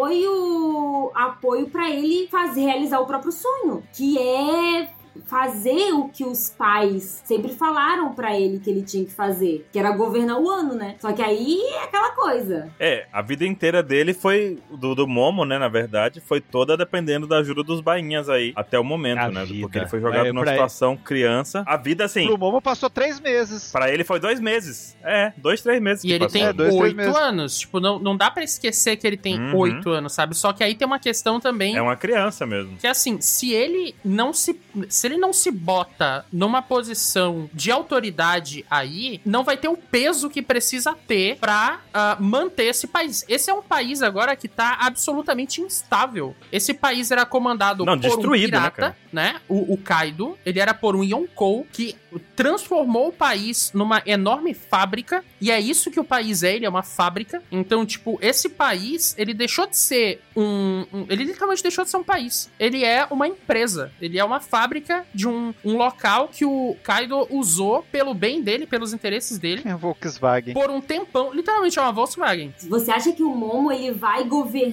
Speaker 4: apoio apoio para ele fazer realizar o próprio sonho, que é fazer o que os pais sempre falaram pra ele que ele tinha que fazer, que era governar o ano, né? Só que aí é aquela coisa.
Speaker 1: É, a vida inteira dele foi, do, do Momo, né, na verdade, foi toda dependendo da ajuda dos bainhas aí, até o momento,
Speaker 2: A
Speaker 1: né?
Speaker 2: vida.
Speaker 1: Porque ele foi jogado
Speaker 2: É,
Speaker 1: numa
Speaker 2: pra-
Speaker 1: situação criança. A vida, assim,
Speaker 2: Pro Momo passou três meses.
Speaker 1: Pra ele foi dois meses. É, dois, três meses.
Speaker 5: E
Speaker 1: que
Speaker 5: ele
Speaker 1: passou.
Speaker 5: tem
Speaker 2: É, dois, três
Speaker 5: oito
Speaker 2: meses.
Speaker 5: anos. Tipo, não, não dá pra esquecer que ele tem
Speaker 1: Uhum.
Speaker 5: oito anos, sabe? Só que aí tem uma questão também.
Speaker 1: É uma criança mesmo.
Speaker 5: Que assim, se ele não se. Se ele não se bota numa posição de autoridade aí, não vai ter o peso que precisa ter pra ah, manter esse país. Esse é um país agora que tá absolutamente instável. Esse país era comandado
Speaker 1: Não,
Speaker 5: por um
Speaker 1: destruído, né,
Speaker 5: pirata,
Speaker 1: cara?
Speaker 5: né? O, o Kaido. Ele era por um Yonkou que transformou o país numa enorme fábrica, e é isso que o país é, ele é uma fábrica. Então, tipo, esse país, ele deixou de ser um, um- ele literalmente deixou de ser um país. Ele é uma empresa, ele é uma fábrica de um, um local que o Kaido usou pelo bem dele, pelos interesses dele,
Speaker 2: É Volkswagen.
Speaker 5: por um tempão, literalmente é uma Volkswagen.
Speaker 4: Você acha que o Momo ele vai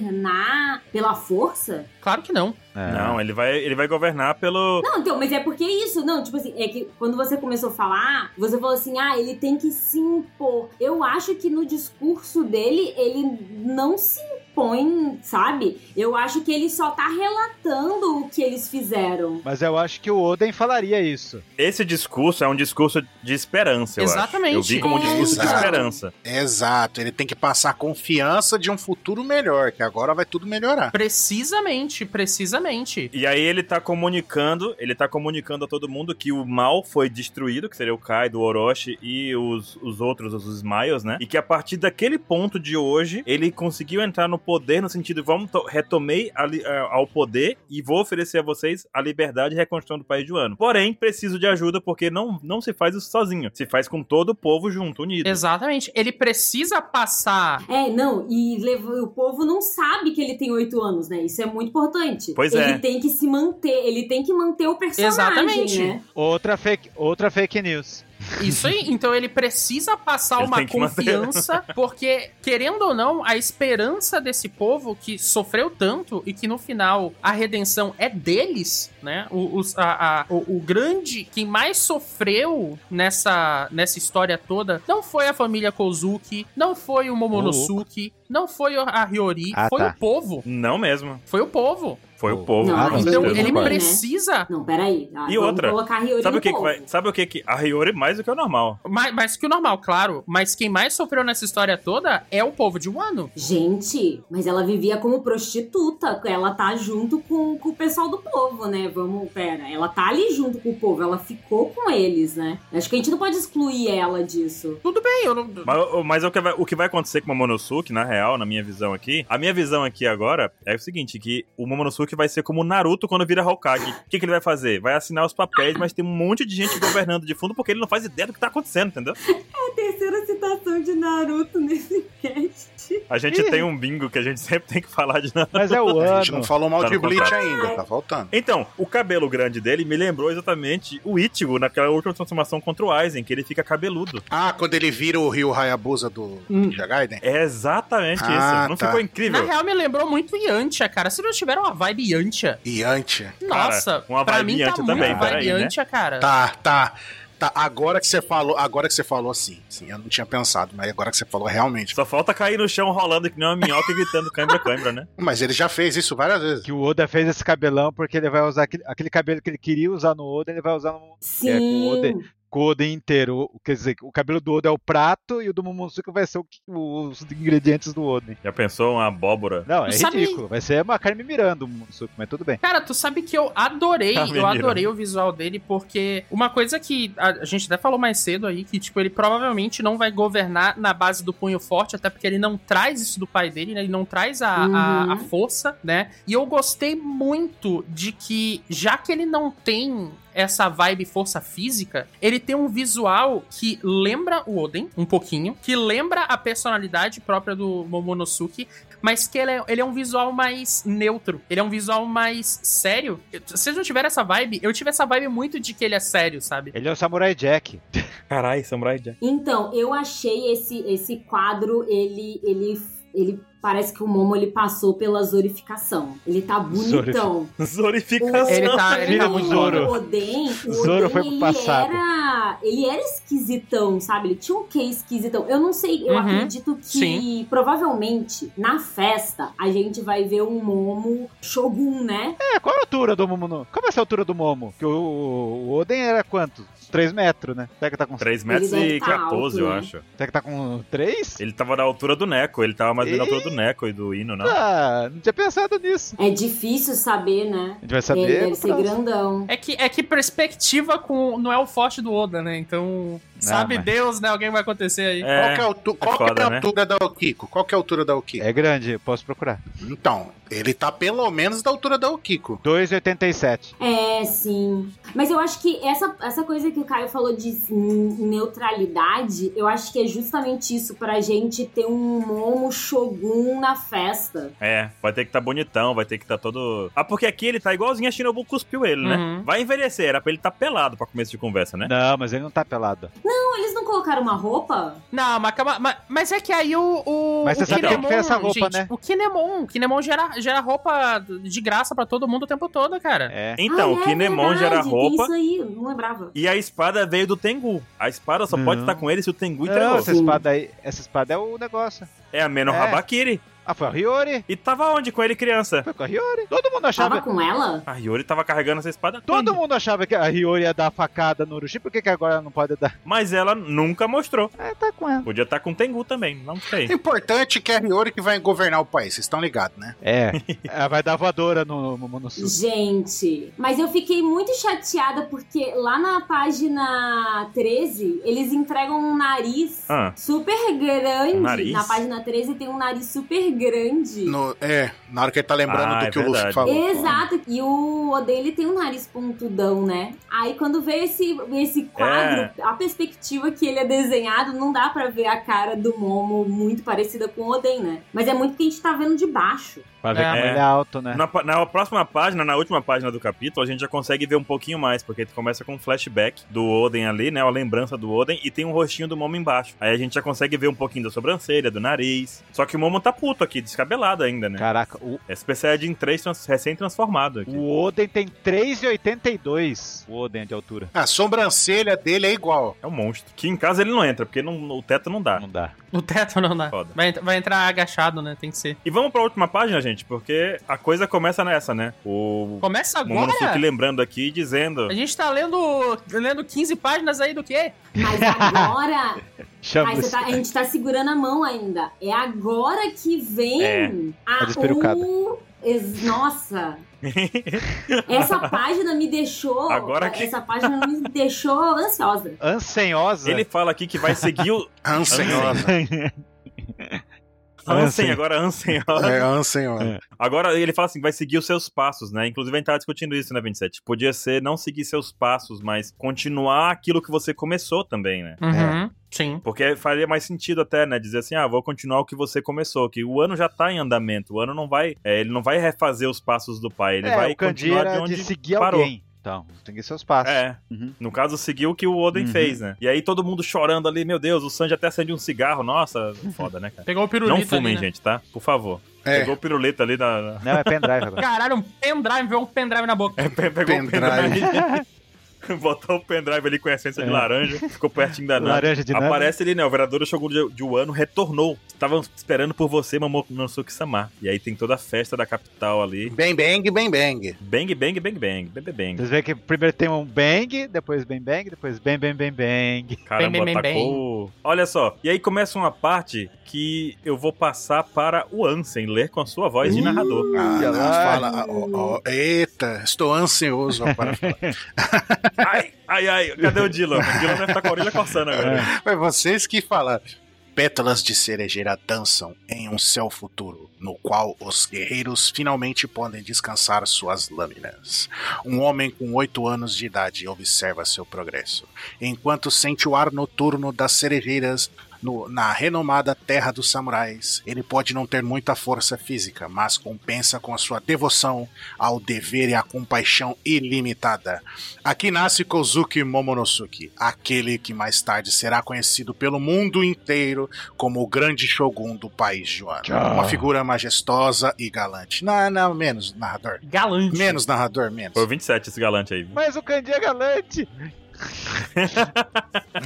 Speaker 4: governar pela força?
Speaker 5: Claro que não.
Speaker 2: É.
Speaker 1: Não, ele vai, ele vai governar pelo.
Speaker 4: Não, então, mas é porque é isso. Não, tipo assim, é que quando você começou a falar, você falou assim: ah, ele tem que se impor. Eu acho que no discurso dele, ele não se impõe, sabe? Eu acho que ele só tá relatando o que eles fizeram.
Speaker 2: Mas eu acho que o Oden falaria isso.
Speaker 1: Esse discurso é um discurso de esperança, eu acho.
Speaker 5: Exatamente.
Speaker 1: Eu vi como um
Speaker 4: É,
Speaker 1: discurso de
Speaker 3: exato.
Speaker 1: esperança.
Speaker 3: Exato, ele tem que passar confiança de um futuro melhor, que agora vai tudo melhorar.
Speaker 5: Precisamente, precisamente.
Speaker 1: E aí ele tá comunicando, ele tá comunicando a todo mundo que o mal foi destruído, que seria o Kaido, o Orochi e os, os outros, os Smiles, né? E que a partir daquele ponto de hoje, ele conseguiu entrar no poder no sentido, vamos, to- retomei a li- a- ao poder e vou oferecer a vocês a liberdade e reconstrução do país de Wano. Porém, preciso de ajuda porque não, não se faz isso sozinho, se faz com todo o povo junto, unido.
Speaker 5: Exatamente. Ele precisa passar
Speaker 4: É, não, e levou- o povo não sabe que ele tem oito anos, né? Isso é muito importante.
Speaker 1: Pois
Speaker 4: ele
Speaker 1: é.
Speaker 4: Ele tem que se manter, ele tem que manter o personagem.
Speaker 5: Exatamente.
Speaker 4: Né?
Speaker 2: Outra fake, outra fake news.
Speaker 5: Isso aí, então ele precisa passar
Speaker 1: Ele
Speaker 5: uma
Speaker 1: tem que manter.
Speaker 5: confiança, porque, querendo ou não, a esperança desse povo que sofreu tanto e que no final a redenção é deles, né? O, os- a- a- o- o grande, quem mais sofreu nessa, nessa história toda não foi a família Kozuki, não foi o Momonosuke, não foi a Ryori,
Speaker 2: Ah,
Speaker 5: foi
Speaker 2: tá.
Speaker 5: o povo.
Speaker 1: Não mesmo,
Speaker 5: Foi o povo.
Speaker 1: foi o povo.
Speaker 4: Não,
Speaker 1: com
Speaker 2: Ah, não,
Speaker 5: Então
Speaker 1: certeza.
Speaker 2: beleza.
Speaker 5: ele
Speaker 2: Concordo.
Speaker 5: precisa
Speaker 4: Não, peraí. Ah,
Speaker 1: E
Speaker 4: vamos
Speaker 1: outra?
Speaker 4: Colocar a Hiyori
Speaker 1: Sabe
Speaker 4: no
Speaker 1: o que, que
Speaker 4: povo.
Speaker 1: vai? Sabe o que que a Hiyori mais do que o normal?
Speaker 5: Mais, mais que o normal, claro. Mas quem mais sofreu nessa história toda é o povo de Wano.
Speaker 4: Gente, mas ela vivia como prostituta. Ela tá junto com, com o pessoal do povo, né? Vamos, pera. Ela tá ali junto com o povo. Ela ficou com eles, né? Acho que a gente não pode excluir ela disso.
Speaker 5: Tudo bem, eu não.
Speaker 1: Mas, mas o, que vai, o que vai acontecer com o Momonosuke, na real, na minha visão aqui, a minha visão aqui agora é o seguinte, que o Momonosuke vai ser como o Naruto quando vira Hokage. O que, que ele vai fazer? Vai assinar os papéis, mas tem um monte de gente governando de fundo porque ele não faz ideia do que tá acontecendo, entendeu?
Speaker 4: É a terceira citação de Naruto nesse cast.
Speaker 1: A gente tem um bingo que a gente sempre tem que falar de Naruto.
Speaker 2: Mas é o
Speaker 3: A gente não
Speaker 2: ano.
Speaker 3: falou mal
Speaker 1: Tá
Speaker 3: de
Speaker 1: no
Speaker 3: Bleach
Speaker 1: contrato.
Speaker 3: ainda, tá faltando.
Speaker 1: Então, o cabelo grande dele me lembrou exatamente o Ichigo naquela última transformação contra o Aizen, que ele fica cabeludo.
Speaker 3: Ah, quando ele vira o Rio Hayabusa do Ninja Gaiden?
Speaker 1: É exatamente
Speaker 3: Ah,
Speaker 1: isso. Não
Speaker 3: tá.
Speaker 1: ficou
Speaker 5: Na
Speaker 1: incrível?
Speaker 5: real, me lembrou muito Yantia, cara. Vocês não tiveram uma vibe Yantia?
Speaker 3: Yantia.
Speaker 5: Nossa,
Speaker 1: uma
Speaker 5: pra
Speaker 1: vibe
Speaker 5: mim tá
Speaker 1: Yantia
Speaker 5: muito
Speaker 1: também,
Speaker 5: vibe
Speaker 1: peraí, né?
Speaker 5: Yantia, cara.
Speaker 3: Tá, tá. Tá, agora que você falou, agora que você falou assim, sim, eu não tinha pensado, mas agora que você falou realmente.
Speaker 1: Só falta cair no chão rolando que nem uma minhoca e gritando cãibra, cãibra, né?
Speaker 3: Mas ele já fez isso várias vezes.
Speaker 2: Que o Oda fez esse cabelão porque ele vai usar aquele, aquele cabelo que ele queria usar no Oda, ele vai usar no
Speaker 4: Sim.
Speaker 2: o Oden. com o Oda inteiro. O- Quer dizer, o cabelo do Oda é o prato e o do Momonosuke vai ser o que- os ingredientes do Oden.
Speaker 1: Já pensou uma abóbora?
Speaker 2: Não, é
Speaker 5: Tu sabe-
Speaker 2: ridículo. Vai ser uma Carmen Miranda o Momonosuke, mas tudo bem.
Speaker 5: Cara, tu sabe que eu adorei,
Speaker 1: Tá
Speaker 5: eu
Speaker 1: menino.
Speaker 5: adorei o visual dele, porque uma coisa que a a gente até falou mais cedo aí, que, tipo, ele provavelmente não vai governar na base do punho forte, até porque ele não traz isso do pai dele, né? Ele não traz a, a,
Speaker 4: Uhum.
Speaker 5: a força, né? E eu gostei muito de que, já que ele não tem essa vibe força física, ele tem um visual que lembra o Oden, um pouquinho, que lembra a personalidade própria do Momonosuke, mas que ele é, ele é um visual mais neutro. Ele é um visual mais sério. Eu- Vocês não tiveram essa vibe? Eu tive essa vibe muito de que ele é sério, sabe?
Speaker 2: Ele é o Samurai Jack.
Speaker 1: Carai, Samurai Jack.
Speaker 4: Então, eu achei esse, esse quadro, ele, ele, ele parece que o Momo ele passou pela zorificação. Ele tá bonitão.
Speaker 1: Zorificação.
Speaker 5: Ele
Speaker 2: Ah,
Speaker 5: tá- ele tá
Speaker 4: o
Speaker 5: muito Zoro.
Speaker 4: Oden, o
Speaker 2: Zoro
Speaker 4: Oden,
Speaker 2: foi pro
Speaker 4: ele
Speaker 2: passado.
Speaker 4: Era, ele era esquisitão, sabe? Ele tinha um quê esquisitão. Eu não sei, eu
Speaker 5: Uhum.
Speaker 4: acredito que
Speaker 5: Sim.
Speaker 4: provavelmente na festa a gente vai ver um Momo Shogun, né?
Speaker 2: É, qual é a altura do Momono? Como é essa altura do Momo? Que o, o Oden era quanto? 3 metros, né? Será que tá com
Speaker 1: 3 metros
Speaker 4: Ele deve
Speaker 1: e
Speaker 4: tá
Speaker 1: 14,
Speaker 4: alto,
Speaker 1: eu
Speaker 4: né?
Speaker 1: acho.
Speaker 2: Será que tá com 3?
Speaker 1: Ele tava na altura do Neco, ele tava mais ou menos na altura do Neco e do Hino, não?
Speaker 2: Ah, não tinha pensado nisso.
Speaker 4: É difícil saber, né?
Speaker 2: A gente vai
Speaker 4: ele
Speaker 2: saber. é
Speaker 4: deve
Speaker 2: no
Speaker 4: ser
Speaker 2: próximo.
Speaker 4: grandão.
Speaker 5: É que, é que perspectiva com, não é o forte do Oda, né? Então Sabe
Speaker 2: mas-
Speaker 5: Deus, né? Alguém vai acontecer aí.
Speaker 3: Qual
Speaker 1: É,
Speaker 3: que é, a altu- qual que é
Speaker 1: foda,
Speaker 3: a
Speaker 1: né?
Speaker 3: altura da Okiko? Qual que é a altura da Okiko?
Speaker 2: É grande, eu posso procurar.
Speaker 3: Então, ele tá pelo menos da altura da Okiko.
Speaker 2: 2,87.
Speaker 4: É, sim. Mas eu acho que essa, essa coisa que o Caio falou de n- neutralidade, eu acho que é justamente isso pra gente ter um Momo Shogun na festa.
Speaker 1: é, vai ter que tá bonitão, vai ter que tá todo. Ah, porque aqui ele tá igualzinho a Shinobu cuspiu ele, né?
Speaker 5: Uhum.
Speaker 1: Vai envelhecer, era pra ele tá pelado pra começo de conversa, né?
Speaker 2: Não, mas ele não tá pelado.
Speaker 4: Não, eles não colocaram uma roupa?
Speaker 5: Não, mas calma. Mas, mas é que aí o. o
Speaker 2: Mas você
Speaker 5: o
Speaker 1: sabe quem
Speaker 5: Kinemon,
Speaker 2: fez essa roupa,
Speaker 5: gente,
Speaker 2: né?
Speaker 5: O Kinemon. O Kinemon gera, gera roupa de graça pra todo mundo o tempo todo, cara.
Speaker 2: É.
Speaker 1: Então,
Speaker 4: ah,
Speaker 1: o
Speaker 4: é,
Speaker 1: Kinemon
Speaker 4: verdade,
Speaker 1: gera
Speaker 4: tem
Speaker 1: roupa
Speaker 4: Isso aí, eu não lembrava.
Speaker 1: e a espada veio do Tengu. A espada só
Speaker 2: Não.
Speaker 1: pode estar com ele se o é Tengu
Speaker 2: Não,
Speaker 1: entregou.
Speaker 2: essa espada aí, essa espada é o negócio.
Speaker 1: É a Menon
Speaker 2: É.
Speaker 1: Habakiri.
Speaker 2: Ah, foi a Hiyori.
Speaker 1: E tava onde com ele criança?
Speaker 2: Foi com a Hiyori. Todo mundo
Speaker 4: Tava
Speaker 2: achava,
Speaker 4: com ela?
Speaker 1: A Yuri tava carregando essa espada.
Speaker 2: todo mundo achava que a Hiyori ia dar a facada no Urushi, por que, que agora ela não pode dar?
Speaker 1: Mas ela nunca mostrou.
Speaker 2: É, tá com ela.
Speaker 1: Podia estar com o Tengu também, não sei.
Speaker 3: O importante é que é a Hiyori que vai governar o país, vocês estão ligados, né?
Speaker 2: É. ela vai dar voadora no, no Momonosuke.
Speaker 4: Gente, mas eu fiquei muito chateada porque lá na página 13 eles entregam um nariz
Speaker 1: Ah. Um
Speaker 4: super grande.
Speaker 1: Nariz?
Speaker 4: Na página 13 tem um nariz super grande.
Speaker 3: No- é, na hora que ele tá lembrando
Speaker 1: Ah,
Speaker 3: do
Speaker 1: é
Speaker 3: que o Luffy
Speaker 1: verdade.
Speaker 3: falou.
Speaker 4: Exato, e o Oden tem um nariz pontudão, né? Aí quando vê esse,
Speaker 1: É.
Speaker 4: esse quadro, a perspectiva que ele é desenhado, não dá pra ver a cara do Momo muito parecida com o Oden, né? Mas é muito que a gente tá vendo de baixo.
Speaker 2: Pra ver
Speaker 5: É.
Speaker 2: como ele é alto, né?
Speaker 1: Na, pa- na próxima página, na última página do capítulo, a gente já consegue ver um pouquinho mais, porque começa com um flashback do Oden ali, né? A lembrança do Oden, e tem um rostinho do Momo embaixo. Aí a gente já consegue ver um pouquinho da sobrancelha, do nariz. Só que o Momo tá puto aqui, descabelado ainda, né?
Speaker 2: Caraca, o,
Speaker 1: É Super Saiyajin 3 trans- recém-transformado aqui.
Speaker 2: o Oden tem 3,82. O Oden é de altura.
Speaker 3: A sobrancelha dele é igual.
Speaker 1: É um monstro. Que em casa ele não entra, porque não- o teto não dá.
Speaker 2: Não dá.
Speaker 5: O teto não dá.
Speaker 1: Foda.
Speaker 5: Vai, ent- vai entrar agachado, né? Tem que ser.
Speaker 1: E vamos pra última página, gente, porque a coisa começa nessa, né? O
Speaker 5: Começa agora.
Speaker 1: Momonosuke lembrando aqui e dizendo...
Speaker 5: A gente tá lendo, lendo 15 páginas aí do quê?
Speaker 4: Mas agora,
Speaker 2: Chama
Speaker 4: Ai, você
Speaker 2: isso.
Speaker 4: tá- a gente tá segurando a mão ainda. É agora que vem
Speaker 1: É,
Speaker 2: a
Speaker 4: a
Speaker 2: desperucada.
Speaker 4: o- es- Nossa! Essa página me deixou.
Speaker 1: Agora que-
Speaker 4: Essa página me deixou ansiosa.
Speaker 2: Ansenhosa.
Speaker 1: Ele fala aqui que vai seguir o
Speaker 3: Ansem.
Speaker 1: Ansem. Ansem, agora Ansem. ó.
Speaker 3: É, Ansem, ó.
Speaker 2: É.
Speaker 1: Agora ele fala assim, vai seguir os seus passos, né? Inclusive a gente tava discutindo isso, né, 27? Podia ser não seguir seus passos, mas continuar aquilo que você começou também, né?
Speaker 5: Uhum. Sim.
Speaker 1: Porque faria mais sentido até, né? Dizer assim, ah, vou continuar o que você começou, que o ano já tá em andamento, o ano não vai, é, ele não vai refazer os passos do pai, ele
Speaker 2: é,
Speaker 1: vai
Speaker 2: o Kandi
Speaker 1: continuar de
Speaker 2: era
Speaker 1: onde...
Speaker 2: de seguir
Speaker 1: parou.
Speaker 2: alguém. Então, tem que seus passos.
Speaker 1: É.
Speaker 2: Uhum.
Speaker 1: No caso, seguiu o que o Oden
Speaker 2: Uhum.
Speaker 1: fez, né? E aí todo mundo chorando ali, meu Deus, o Sanji até acende um cigarro, nossa, foda, né, cara?
Speaker 5: Pegou o pirulito
Speaker 1: Não fumem,
Speaker 5: ali, né?
Speaker 1: gente, tá? Por favor.
Speaker 3: É.
Speaker 1: Pegou o piruleta ali da.
Speaker 2: Não, é pendrive agora.
Speaker 5: Caralho, um pendrive, jogou um pendrive na boca.
Speaker 1: Pegou o
Speaker 3: Pendrive.
Speaker 1: pendrive. Botou o pendrive ali com a essência de
Speaker 2: É.
Speaker 1: laranja, ficou pertinho da nada.
Speaker 2: Laranja de nada.
Speaker 1: Aparece ali, né? O vereador Shogun de, de Wano retornou. Estavam esperando por você, Mamonosuke-sama. E aí tem toda a festa da capital ali.
Speaker 3: Bang, bang, bang, bang.
Speaker 1: Bang, bang, bang, bang, bang, bang.
Speaker 2: Vocês veem que primeiro tem um bang, depois bem bang, depois bem bem bem bang.
Speaker 1: Caramba,
Speaker 5: Bem, bem, bem,
Speaker 1: atacou. Olha só, e aí começa uma parte que eu vou passar para o Ansem ler com a sua voz
Speaker 2: Uh!
Speaker 1: de narrador.
Speaker 3: Ah, não,
Speaker 2: lá.
Speaker 3: fala. ah, ó, ó, eita, estou ansioso ó, para falar.
Speaker 1: Ai, ai, ai, cadê o Dylan? O Dylan deve estar com a orelha coçando agora.
Speaker 3: Foi vocês que falaram. Pétalas de cerejeira dançam em um céu futuro, no qual os guerreiros finalmente podem descansar suas lâminas. Um homem com oito anos de idade observa seu progresso, enquanto sente o ar noturno das cerejeiras no- na renomada terra dos samurais. Ele pode não ter muita força física, mas compensa com a sua devoção ao dever e à compaixão ilimitada. Aqui nasce Kozuki Momonosuke, aquele que mais tarde será conhecido pelo mundo inteiro como o grande shogun do país de Wano.
Speaker 2: Tchau.
Speaker 3: Uma figura majestosa e galante. Não, não, menos narrador.
Speaker 5: Galante.
Speaker 3: Menos narrador, menos.
Speaker 1: Foi o 27 esse galante aí.
Speaker 2: Mas o Kandi é galante.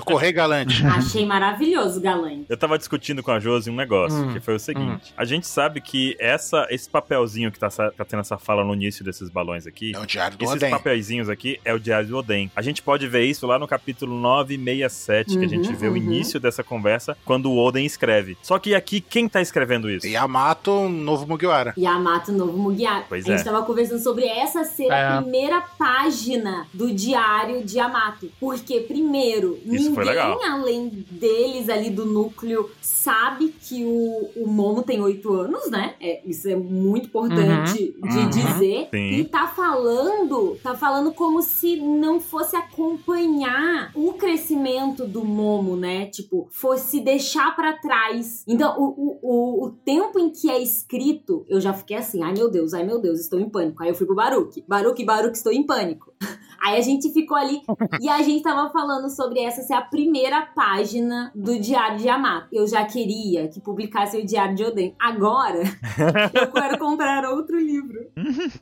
Speaker 3: Correr galante.
Speaker 4: Achei maravilhoso, galã.
Speaker 1: Eu tava discutindo com a Josi um negócio,
Speaker 5: Hum.
Speaker 1: que foi o seguinte. A gente sabe que essa, esse papelzinho que tá, sa- tá tendo essa fala no início desses balões aqui,
Speaker 3: É o diário do
Speaker 1: esses
Speaker 3: Oden.
Speaker 1: papeizinhos aqui é o Diário do Oden. A gente pode ver isso lá no capítulo 967, que a gente
Speaker 4: Uhum,
Speaker 1: vê o
Speaker 4: uhum.
Speaker 1: início dessa conversa, quando o Oden escreve. Só que aqui, quem tá escrevendo isso?
Speaker 3: Yamato, um novo Mugiwara.
Speaker 4: Yamato Novo Mugiwara.
Speaker 1: Pois
Speaker 4: a gente
Speaker 1: é.
Speaker 4: tava conversando sobre essa ser a
Speaker 5: É.
Speaker 4: primeira página do diário de Yamato. chato. Porque, primeiro,
Speaker 1: Isso foi
Speaker 4: ninguém
Speaker 1: legal.
Speaker 4: além deles ali do núcleo sabe que o, o Momo tem oito anos, né? É, isso é muito importante de
Speaker 5: Uhum.
Speaker 4: dizer.
Speaker 1: Sim.
Speaker 4: E tá falando, tá falando como se não fosse acompanhar o crescimento do Momo, né? Tipo, fosse deixar pra trás. Então, o, o, o, o tempo em que é escrito, eu já fiquei assim, ai meu Deus, ai meu Deus, estou em pânico. Aí eu fui pro Baruque. Baruque, Baruque, estou em pânico. Aí a gente ficou ali e a gente tava falando sobre essa ser a primeira página do Diário de Yamato. Eu já queria que publicasse o Diário de Oden. Agora, eu quero comprar outro livro.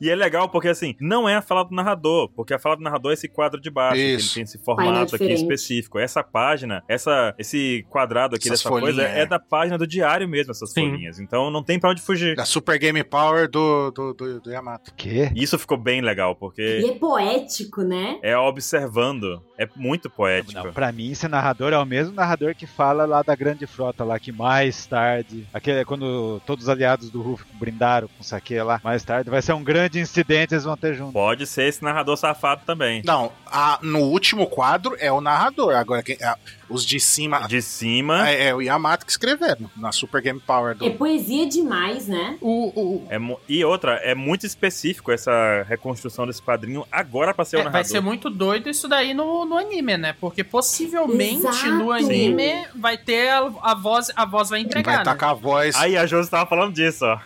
Speaker 1: E é legal porque, assim, não é a fala do narrador, porque a fala do narrador é esse quadro de baixo, que ele
Speaker 3: Isso.
Speaker 1: tem esse
Speaker 4: Painel
Speaker 1: formato aqui
Speaker 4: diferente.
Speaker 1: específico. Essa página, essa, esse quadrado aqui
Speaker 3: Essas
Speaker 1: dessa coisa
Speaker 3: folhinhas,
Speaker 1: é
Speaker 3: é.
Speaker 1: da página do diário mesmo, essas
Speaker 5: Sim.
Speaker 1: folhinhas. Então não tem pra onde fugir.
Speaker 3: Da Super Game Power do, do, do, do Yamato.
Speaker 2: Quê?
Speaker 1: E isso ficou bem legal, porque
Speaker 4: E é poético, né?
Speaker 1: é observando. É muito poético.
Speaker 2: Não, pra mim, esse narrador é o mesmo narrador que fala lá da Grande Frota, lá que mais tarde, aquele, é quando todos os aliados do Ruff brindaram com o Saque lá, mais tarde vai ser um grande incidente, eles vão ter junto.
Speaker 1: Pode ser esse narrador safado também.
Speaker 3: Não, a- no último quadro é o narrador. Agora, quem- a- os de cima
Speaker 1: De cima.
Speaker 3: é, é o Yamato que escreveram na Super Game Power do.
Speaker 4: É poesia demais, né?
Speaker 5: O, o-
Speaker 1: É mu- e outra, é muito específico essa reconstrução desse quadrinho agora pra ser o
Speaker 5: é, vai
Speaker 1: narrador.
Speaker 5: ser muito doido isso daí no, no anime, né? Porque possivelmente
Speaker 4: Exato.
Speaker 5: no anime vai ter a, a voz, a voz vai entregar.
Speaker 3: Vai
Speaker 5: né?
Speaker 3: tacar a voz.
Speaker 1: Aí a Josi tava falando disso, ó.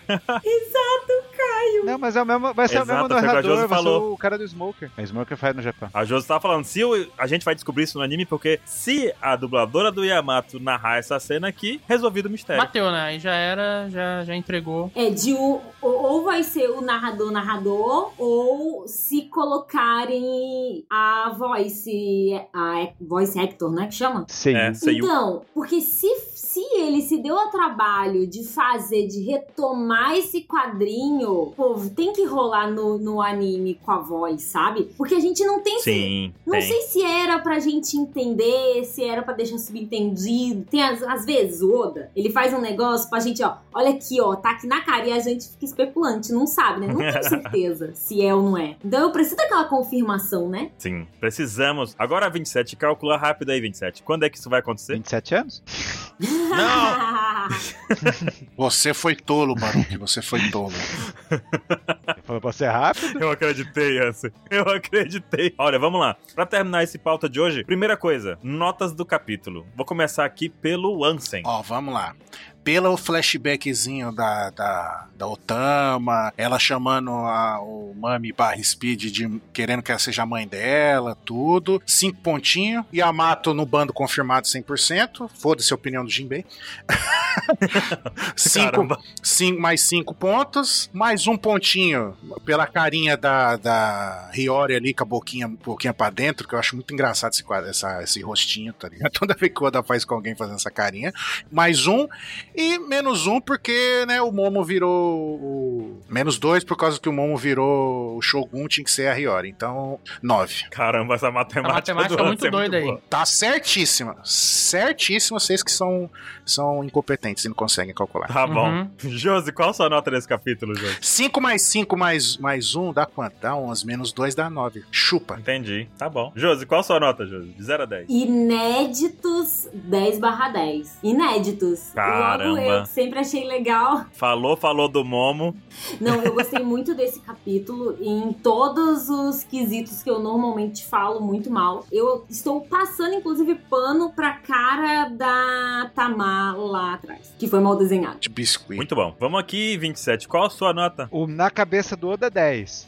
Speaker 2: Não, mas é o mesmo, vai ser o mesmo
Speaker 1: Exato, foi o que a
Speaker 2: narrador,
Speaker 1: Josi
Speaker 2: vai ser
Speaker 1: falou. É,
Speaker 2: o cara do Smoker. O Smoker faz no Japão.
Speaker 1: A Josi tava falando, se o- a gente vai descobrir isso no anime, porque se a dubladora do Yamato narrar essa cena aqui, resolvido o mistério.
Speaker 5: Bateu, né? Aí já era, já, já entregou.
Speaker 4: É de o, ou- ou vai ser o narrador narrador, ou se colocarem a voice, a ac- voice actor, né, que chama?
Speaker 2: Sim.
Speaker 1: É, sei o-
Speaker 4: Então, porque se, se ele se deu ao trabalho de fazer, de retomar esse quadrinho, povo, tem que rolar no, no anime com a voz, sabe? Porque a gente não tem esse-
Speaker 1: Sim,
Speaker 4: Não
Speaker 1: tem.
Speaker 4: sei se era pra gente entender, se era pra deixar subentendido. Tem, às, às vezes, o Oda, ele faz um negócio pra gente, ó, olha aqui, ó, tá aqui na cara e a gente fica especulante, não sabe, né? Não tem certeza se é ou não é. Então eu preciso daquela confirmação, né?
Speaker 1: Sim, precisamos. Agora, 27, calcula rápido aí, 27. Quando é que isso vai acontecer?
Speaker 2: 27 anos?
Speaker 1: Não!
Speaker 3: Você foi tolo, Baruque. Você foi tolo.
Speaker 2: Ele falou pra ser rápido.
Speaker 1: Eu acreditei, Anson. Eu acreditei. Olha, vamos lá. Pra terminar esse pauta de hoje, primeira coisa, notas do capítulo. Vou começar aqui pelo Ansem.
Speaker 3: Ó, vamos lá. Pelo flashbackzinho da, da, da Otama, ela chamando a, o Mami barra Speed de querendo que ela seja a mãe dela, tudo. Cinco pontinhos. Yamato no bando confirmado 100%. Foda-se a opinião do Jinbei. cinco,
Speaker 1: Caramba.
Speaker 3: cinco, mais cinco pontos. Mais um pontinho pela carinha da, da Hiyori ali, com a boquinha, boquinha pra dentro, que eu acho muito engraçado esse, quadro- essa, esse rostinho, tá ligado? Toda vez que o Oda faz com alguém fazendo essa carinha. Mais um. E menos um, porque né, o Momo virou. O... Menos dois, por causa que o Momo virou o Shogun, tinha que ser a Hiyori. Então, nove.
Speaker 1: Caramba, essa matemática,
Speaker 5: matemática
Speaker 1: do
Speaker 5: é
Speaker 1: Ansem
Speaker 5: muito
Speaker 1: é
Speaker 5: doida aí.
Speaker 1: boa.
Speaker 3: Tá certíssima. Certíssima vocês que são, são incompetentes e não conseguem calcular.
Speaker 1: Tá bom.
Speaker 5: Uhum.
Speaker 1: Josi, qual a sua nota nesse capítulo, Josi?
Speaker 3: 5 mais 5 mais, mais 1 dá quanto? Dá 11, menos 2 dá 9. Chupa.
Speaker 1: Entendi. Tá bom. Josi, qual a sua nota, Josi? De 0 a 10.
Speaker 4: Inéditos 10 barra 10. Inéditos.
Speaker 1: Caramba.
Speaker 4: Logo eu que sempre achei legal.
Speaker 1: Falou, falou do Momo.
Speaker 4: Não, eu gostei muito desse capítulo em todos os quesitos que eu normalmente falo muito mal. Eu estou passando, inclusive, pano pra cara da Tamar lá atrás, que foi mal desenhada.
Speaker 3: De biscuit.
Speaker 1: Muito bom. Vamos aqui, 27. Qual a sua nota?
Speaker 2: O na cabeça do Oda 10.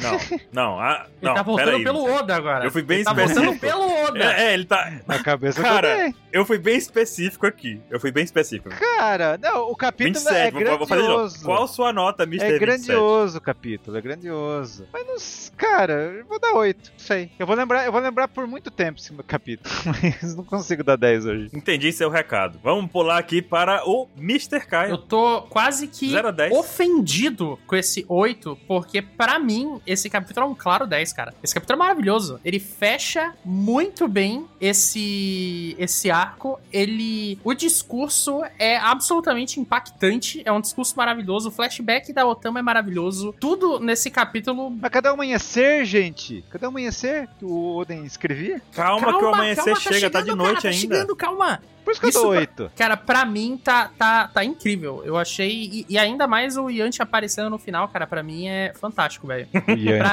Speaker 1: Não, não. Ah,
Speaker 5: Ele
Speaker 1: não,
Speaker 5: tá voltando
Speaker 1: peraí.
Speaker 5: pelo Oda agora.
Speaker 1: Eu fui bem
Speaker 5: Ele tá voltando
Speaker 1: específico.
Speaker 5: pelo Oda.
Speaker 1: É, é, ele tá.
Speaker 2: Na cabeça
Speaker 1: Cara,
Speaker 2: do Oda 10.
Speaker 1: Eu fui bem específico aqui. Eu fui bem específico.
Speaker 2: Cara, não, o
Speaker 5: né,
Speaker 2: capítulo
Speaker 1: 27.
Speaker 2: é
Speaker 1: vou, vou fazer de novo.
Speaker 2: grandioso.
Speaker 1: Qual a sua nota, Mr.
Speaker 2: É
Speaker 1: 27?
Speaker 2: grandioso o capítulo, é grandioso. Mas, não, s- cara, eu vou dar 8, não sei. Eu vou lembrar, eu vou lembrar por muito tempo esse capítulo, mas não consigo dar 10 hoje.
Speaker 1: Entendi seu recado. Vamos pular aqui para o Mr. Caio.
Speaker 5: Eu tô quase que
Speaker 1: 0 a 10.
Speaker 5: ofendido com esse 8, porque pra Pra mim, esse capítulo é um claro 10, cara. Esse capítulo é maravilhoso. Ele fecha muito bem esse esse arco. Ele o discurso é absolutamente impactante, é um discurso maravilhoso. O flashback da Otama é maravilhoso. Tudo nesse capítulo
Speaker 2: Mas cadê o amanhecer, gente? Cadê o amanhecer que o Oden escrevia?
Speaker 1: Calma, que o amanhecer
Speaker 5: calma,
Speaker 1: chega, tá de
Speaker 5: chegando,
Speaker 1: noite
Speaker 5: cara, Tá
Speaker 1: ainda.
Speaker 5: chegando, calma.
Speaker 2: Por isso que eu
Speaker 5: Isso
Speaker 2: dou
Speaker 5: tá-
Speaker 2: 8.
Speaker 5: Cara, pra mim tá, tá, tá incrível. Eu achei. E, e ainda mais o Yanti aparecendo no final, cara, pra mim é fantástico, velho. Pra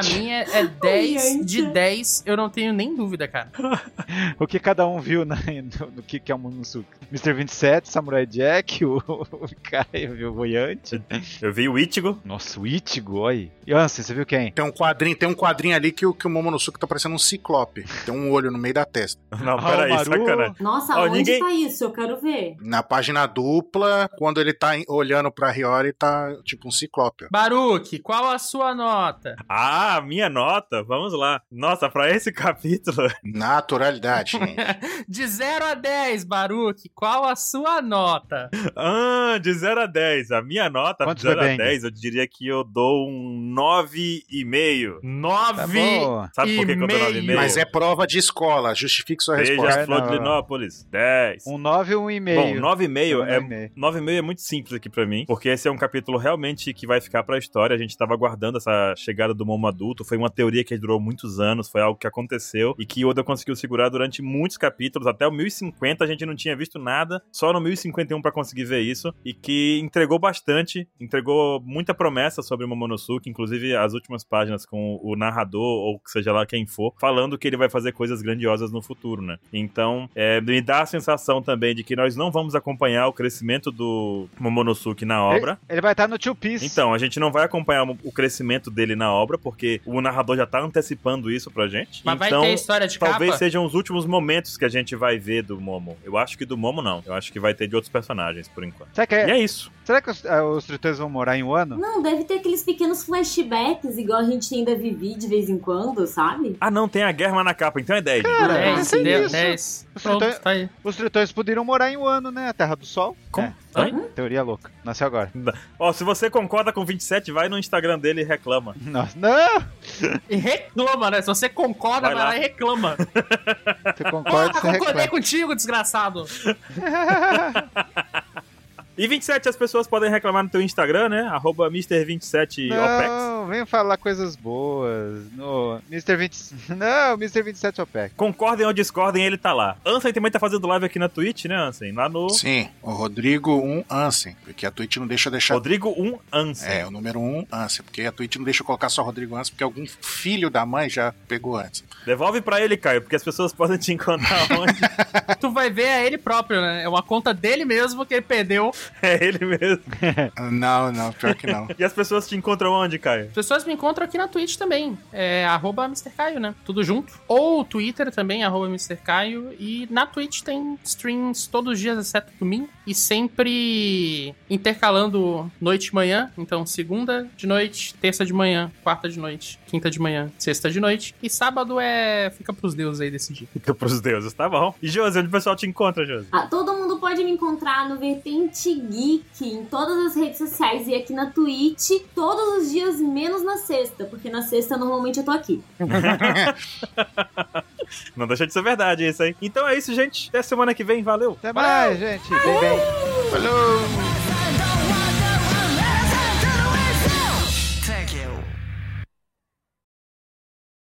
Speaker 5: mim é, é 10 de
Speaker 4: Yanti.
Speaker 5: 10, eu não tenho nem dúvida, cara.
Speaker 2: O que cada um viu na, no, no que, que é o Momonosuke. Mr. 27, Samurai Jack, o, o Kai viu o Voyante.
Speaker 1: Eu vi o Ichigo.
Speaker 2: Nossa, o Ichigo, olha. aí. Yansen, você viu quem?
Speaker 3: Tem um quadrinho, tem um quadrinho ali que, o- que o Momonosuke tá parecendo um ciclope. Tem um olho no meio da testa.
Speaker 1: Não,
Speaker 5: Ah,
Speaker 1: peraí,
Speaker 2: Maru.
Speaker 1: sacanagem.
Speaker 4: Nossa,
Speaker 1: Ó,
Speaker 4: onde
Speaker 1: ninguém-
Speaker 4: tá isso? Eu quero ver.
Speaker 3: Na página dupla, quando ele tá em- olhando pra Hiyori, tá tipo um ciclope. ó.
Speaker 5: Baruque, qual a sua nota?
Speaker 1: Ah, minha nota, vamos lá. Nossa, pra esse capítulo,
Speaker 3: Naturalidade, gente.
Speaker 5: De 0 a 10, Baruque, qual a sua nota?
Speaker 1: ah, de 0 a 10, a minha nota
Speaker 2: Quanto
Speaker 1: de 0
Speaker 2: foi,
Speaker 1: a
Speaker 2: Bang?
Speaker 1: 10, eu diria que eu dou um 9,5. Tá
Speaker 5: 9
Speaker 2: Tá bom.
Speaker 1: Sabe por que que eu dou 9,5?
Speaker 3: Mas é prova de escola, justifique sua
Speaker 1: Beijo
Speaker 3: resposta.
Speaker 1: a Flor de
Speaker 2: Não.
Speaker 1: Linópolis, 10.
Speaker 2: Um 9 e um e
Speaker 1: Bom,
Speaker 2: meio.
Speaker 1: 9,5 é
Speaker 2: 9,5.
Speaker 1: 9,5 é muito simples aqui pra mim, porque esse é um capítulo realmente que vai ficar pra história. A gente tava aguardando essa chegada do Momo adulto, foi uma teoria que durou muitos anos, foi algo que aconteceu e que Oda conseguiu segurar durante muitos capítulos, até o 1050 a gente não tinha visto nada, só no 1051 pra conseguir ver isso e que entregou bastante, entregou muita promessa sobre o Momonosuke, inclusive as últimas páginas com o narrador ou que seja lá quem for, falando que ele vai fazer coisas grandiosas no futuro, né? Então, é, me dá a sensação também de que nós não vamos acompanhar o crescimento do Momonosuke na obra.
Speaker 2: Ele vai estar no Two Piece.
Speaker 1: Então, a gente não vai acompanhar o crescimento dele na obra, porque o narrador já tá antecipando isso pra gente.
Speaker 5: Mas vai
Speaker 1: então,
Speaker 5: ter história de
Speaker 1: talvez
Speaker 5: capa?
Speaker 1: sejam os últimos momentos que a gente vai ver do Momo. Eu acho que do Momo não. Eu acho que vai ter de outros personagens, por enquanto.
Speaker 2: Será que,
Speaker 1: E
Speaker 2: é-
Speaker 1: é isso.
Speaker 2: será que os, ah, os tritões vão morar em um ano?
Speaker 4: Não, deve ter aqueles pequenos flashbacks, igual a gente ainda vive de vez em quando, sabe?
Speaker 1: Ah, não, tem a Guerra na capa, então é 10. gente.
Speaker 2: Cara, eu
Speaker 5: 10,
Speaker 2: pensei
Speaker 5: deu
Speaker 2: nisso.
Speaker 5: 10.
Speaker 2: Você
Speaker 5: Pronto,
Speaker 2: tá-
Speaker 5: tá aí.
Speaker 2: Os tritões poderiam morar em um ano, né? A Terra do Sol.
Speaker 1: Como?
Speaker 2: É,
Speaker 1: Hã?
Speaker 2: teoria louca. Nasceu agora.
Speaker 1: Ó, se você concorda com 27, vai no Instagram dele e reclama.
Speaker 2: Nossa, não!
Speaker 5: E reclama, né? Se você concorda,
Speaker 1: Vai
Speaker 5: vai,
Speaker 1: lá.
Speaker 5: lá e reclama.
Speaker 2: Você concorda?
Speaker 5: Ah,
Speaker 2: você
Speaker 5: concordei
Speaker 2: reclama.
Speaker 5: contigo, desgraçado.
Speaker 1: E 27, as pessoas podem reclamar no teu Instagram, né? Arroba Mr27OPEX.
Speaker 2: Não, venha falar coisas boas. No Mr. 20... Não, Mr. 27 OPEC.
Speaker 1: Concordem ou discordem, ele tá lá. Ansem também tá fazendo live aqui na Twitch, né, Ansem? Lá no
Speaker 3: Sim, o Rodrigo 1 Ansem, porque a Twitch não deixa eu deixar.
Speaker 1: Rodrigo 1 Ansem.
Speaker 3: É, o número 1 Ansem, porque a Twitch não deixa eu colocar só Rodrigo Ansem, porque algum filho da mãe já pegou antes.
Speaker 1: Devolve pra ele, Caio, porque as pessoas podem te encontrar onde
Speaker 5: Tu vai ver é ele próprio, né? É uma conta dele mesmo que ele perdeu.
Speaker 1: é ele mesmo.
Speaker 3: Não, não, pior que não.
Speaker 1: E as pessoas te encontram onde, Caio?
Speaker 5: As pessoas me encontram aqui na Twitch também. É arroba Mr. Caio, né? Tudo junto. Ou Twitter também, arroba Mr. Caio. E na Twitch tem streams todos os dias, exceto domingo. E sempre intercalando noite e manhã. Então, segunda de noite, terça de manhã, quarta de noite, quinta de manhã, sexta de noite. E sábado é. Fica pros deuses aí decidir.
Speaker 1: Fica pros deuses, tá bom. E Josi, onde o pessoal te encontra, Josi?
Speaker 4: Ah, todo mundo pode me encontrar no Vertente Geek, em todas as redes sociais e aqui na Twitch, todos os dias, menos na sexta, porque na sexta normalmente eu tô aqui.
Speaker 1: Não deixa de ser verdade isso aí. Então é isso, gente. Até semana que vem, valeu.
Speaker 2: Até mais, gente. Bem, bem.
Speaker 3: Falou!
Speaker 6: Thank you.